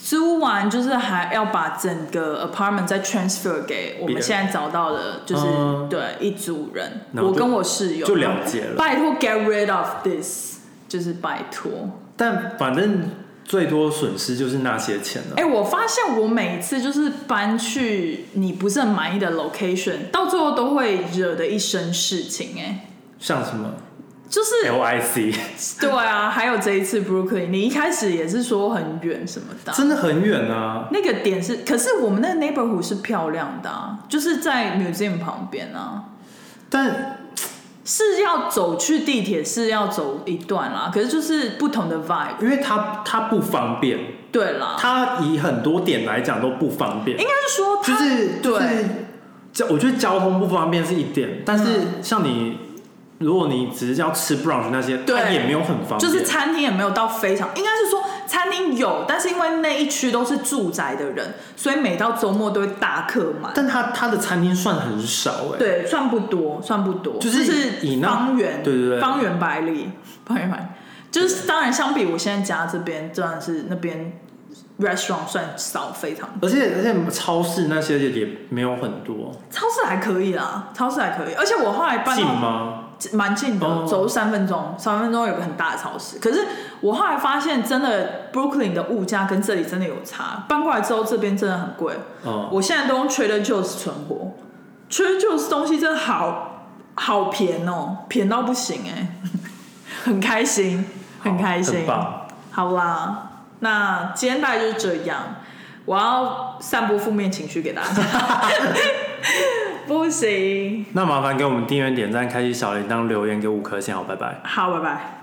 Speaker 1: 租完就是还要把整个 apartment 再 transfer 给我
Speaker 2: 别人
Speaker 1: 们现在找到的，就是、
Speaker 2: 嗯
Speaker 1: 对一组人，
Speaker 2: 然后
Speaker 1: 我
Speaker 2: 就
Speaker 1: 跟我室友
Speaker 2: 就了结了
Speaker 1: 拜托 get rid of this，就是拜托。
Speaker 2: 但反正最多损失就是那些钱啊了。
Speaker 1: 哎、我发现我每次就是搬去你不是很满意的 location，到最后都会惹得一身事情、哎，
Speaker 2: 像什么？
Speaker 1: 就是、
Speaker 2: L I C，
Speaker 1: 对啊，还有这一次 Brooklyn，你一开始也是说很远什么的啊、
Speaker 2: 真的很远啊。
Speaker 1: 那个点是，可是我们那个 neighborhood 是漂亮的、啊，就是在 museum 旁边啊。
Speaker 2: 但
Speaker 1: 是要走去地铁是要走一段啦，可是就是不同的 vibe，
Speaker 2: 因为它它不方便，
Speaker 1: 对啦，
Speaker 2: 它以很多点来讲都不方便
Speaker 1: 应，该是说
Speaker 2: 就
Speaker 1: 它
Speaker 2: 是就
Speaker 1: 对
Speaker 2: 是交，我觉得交通不方便是一点，但是像你，如果你只是要吃 brunch 那些，
Speaker 1: 对
Speaker 2: 它也没有很方便，
Speaker 1: 就是餐厅也没有到非常，应该是说餐厅有，但是因为那一区都是住宅的人，所以每到周末都会大客满。
Speaker 2: 但它它的餐厅算很少哎、
Speaker 1: 对，算不多，算不多，
Speaker 2: 就是是以那
Speaker 1: 方圆，
Speaker 2: 对对对
Speaker 1: 方圆百里，方圆百里，就是当然相比我现在家这边，真的是那边 restaurant 算少非常多，
Speaker 2: 而且而且超市那些也也没有很多，
Speaker 1: 超市还可以啦，超市还可以，而且我后来搬
Speaker 2: 近
Speaker 1: 到
Speaker 2: 吗？
Speaker 1: 蛮近的，
Speaker 2: 哦
Speaker 1: 走路三分钟，三分钟有个很大的超市。可是我后来发现，真的 Brooklyn 的物价跟这里真的有差。搬过来之后，这边真的很贵。
Speaker 2: 哦、
Speaker 1: 我现在都用 Trader Joe's 存活，Trader Joe's 东西真的好好便哦，便到不行哎、 很开心，很开心
Speaker 2: 很。棒
Speaker 1: 好啦，那今天大概就是这样。我要散播负面情绪给大家， 不行。
Speaker 2: 那麻烦给我们订阅、点赞、开启小铃铛、留言给五颗星，好，拜拜。
Speaker 1: 好，拜拜。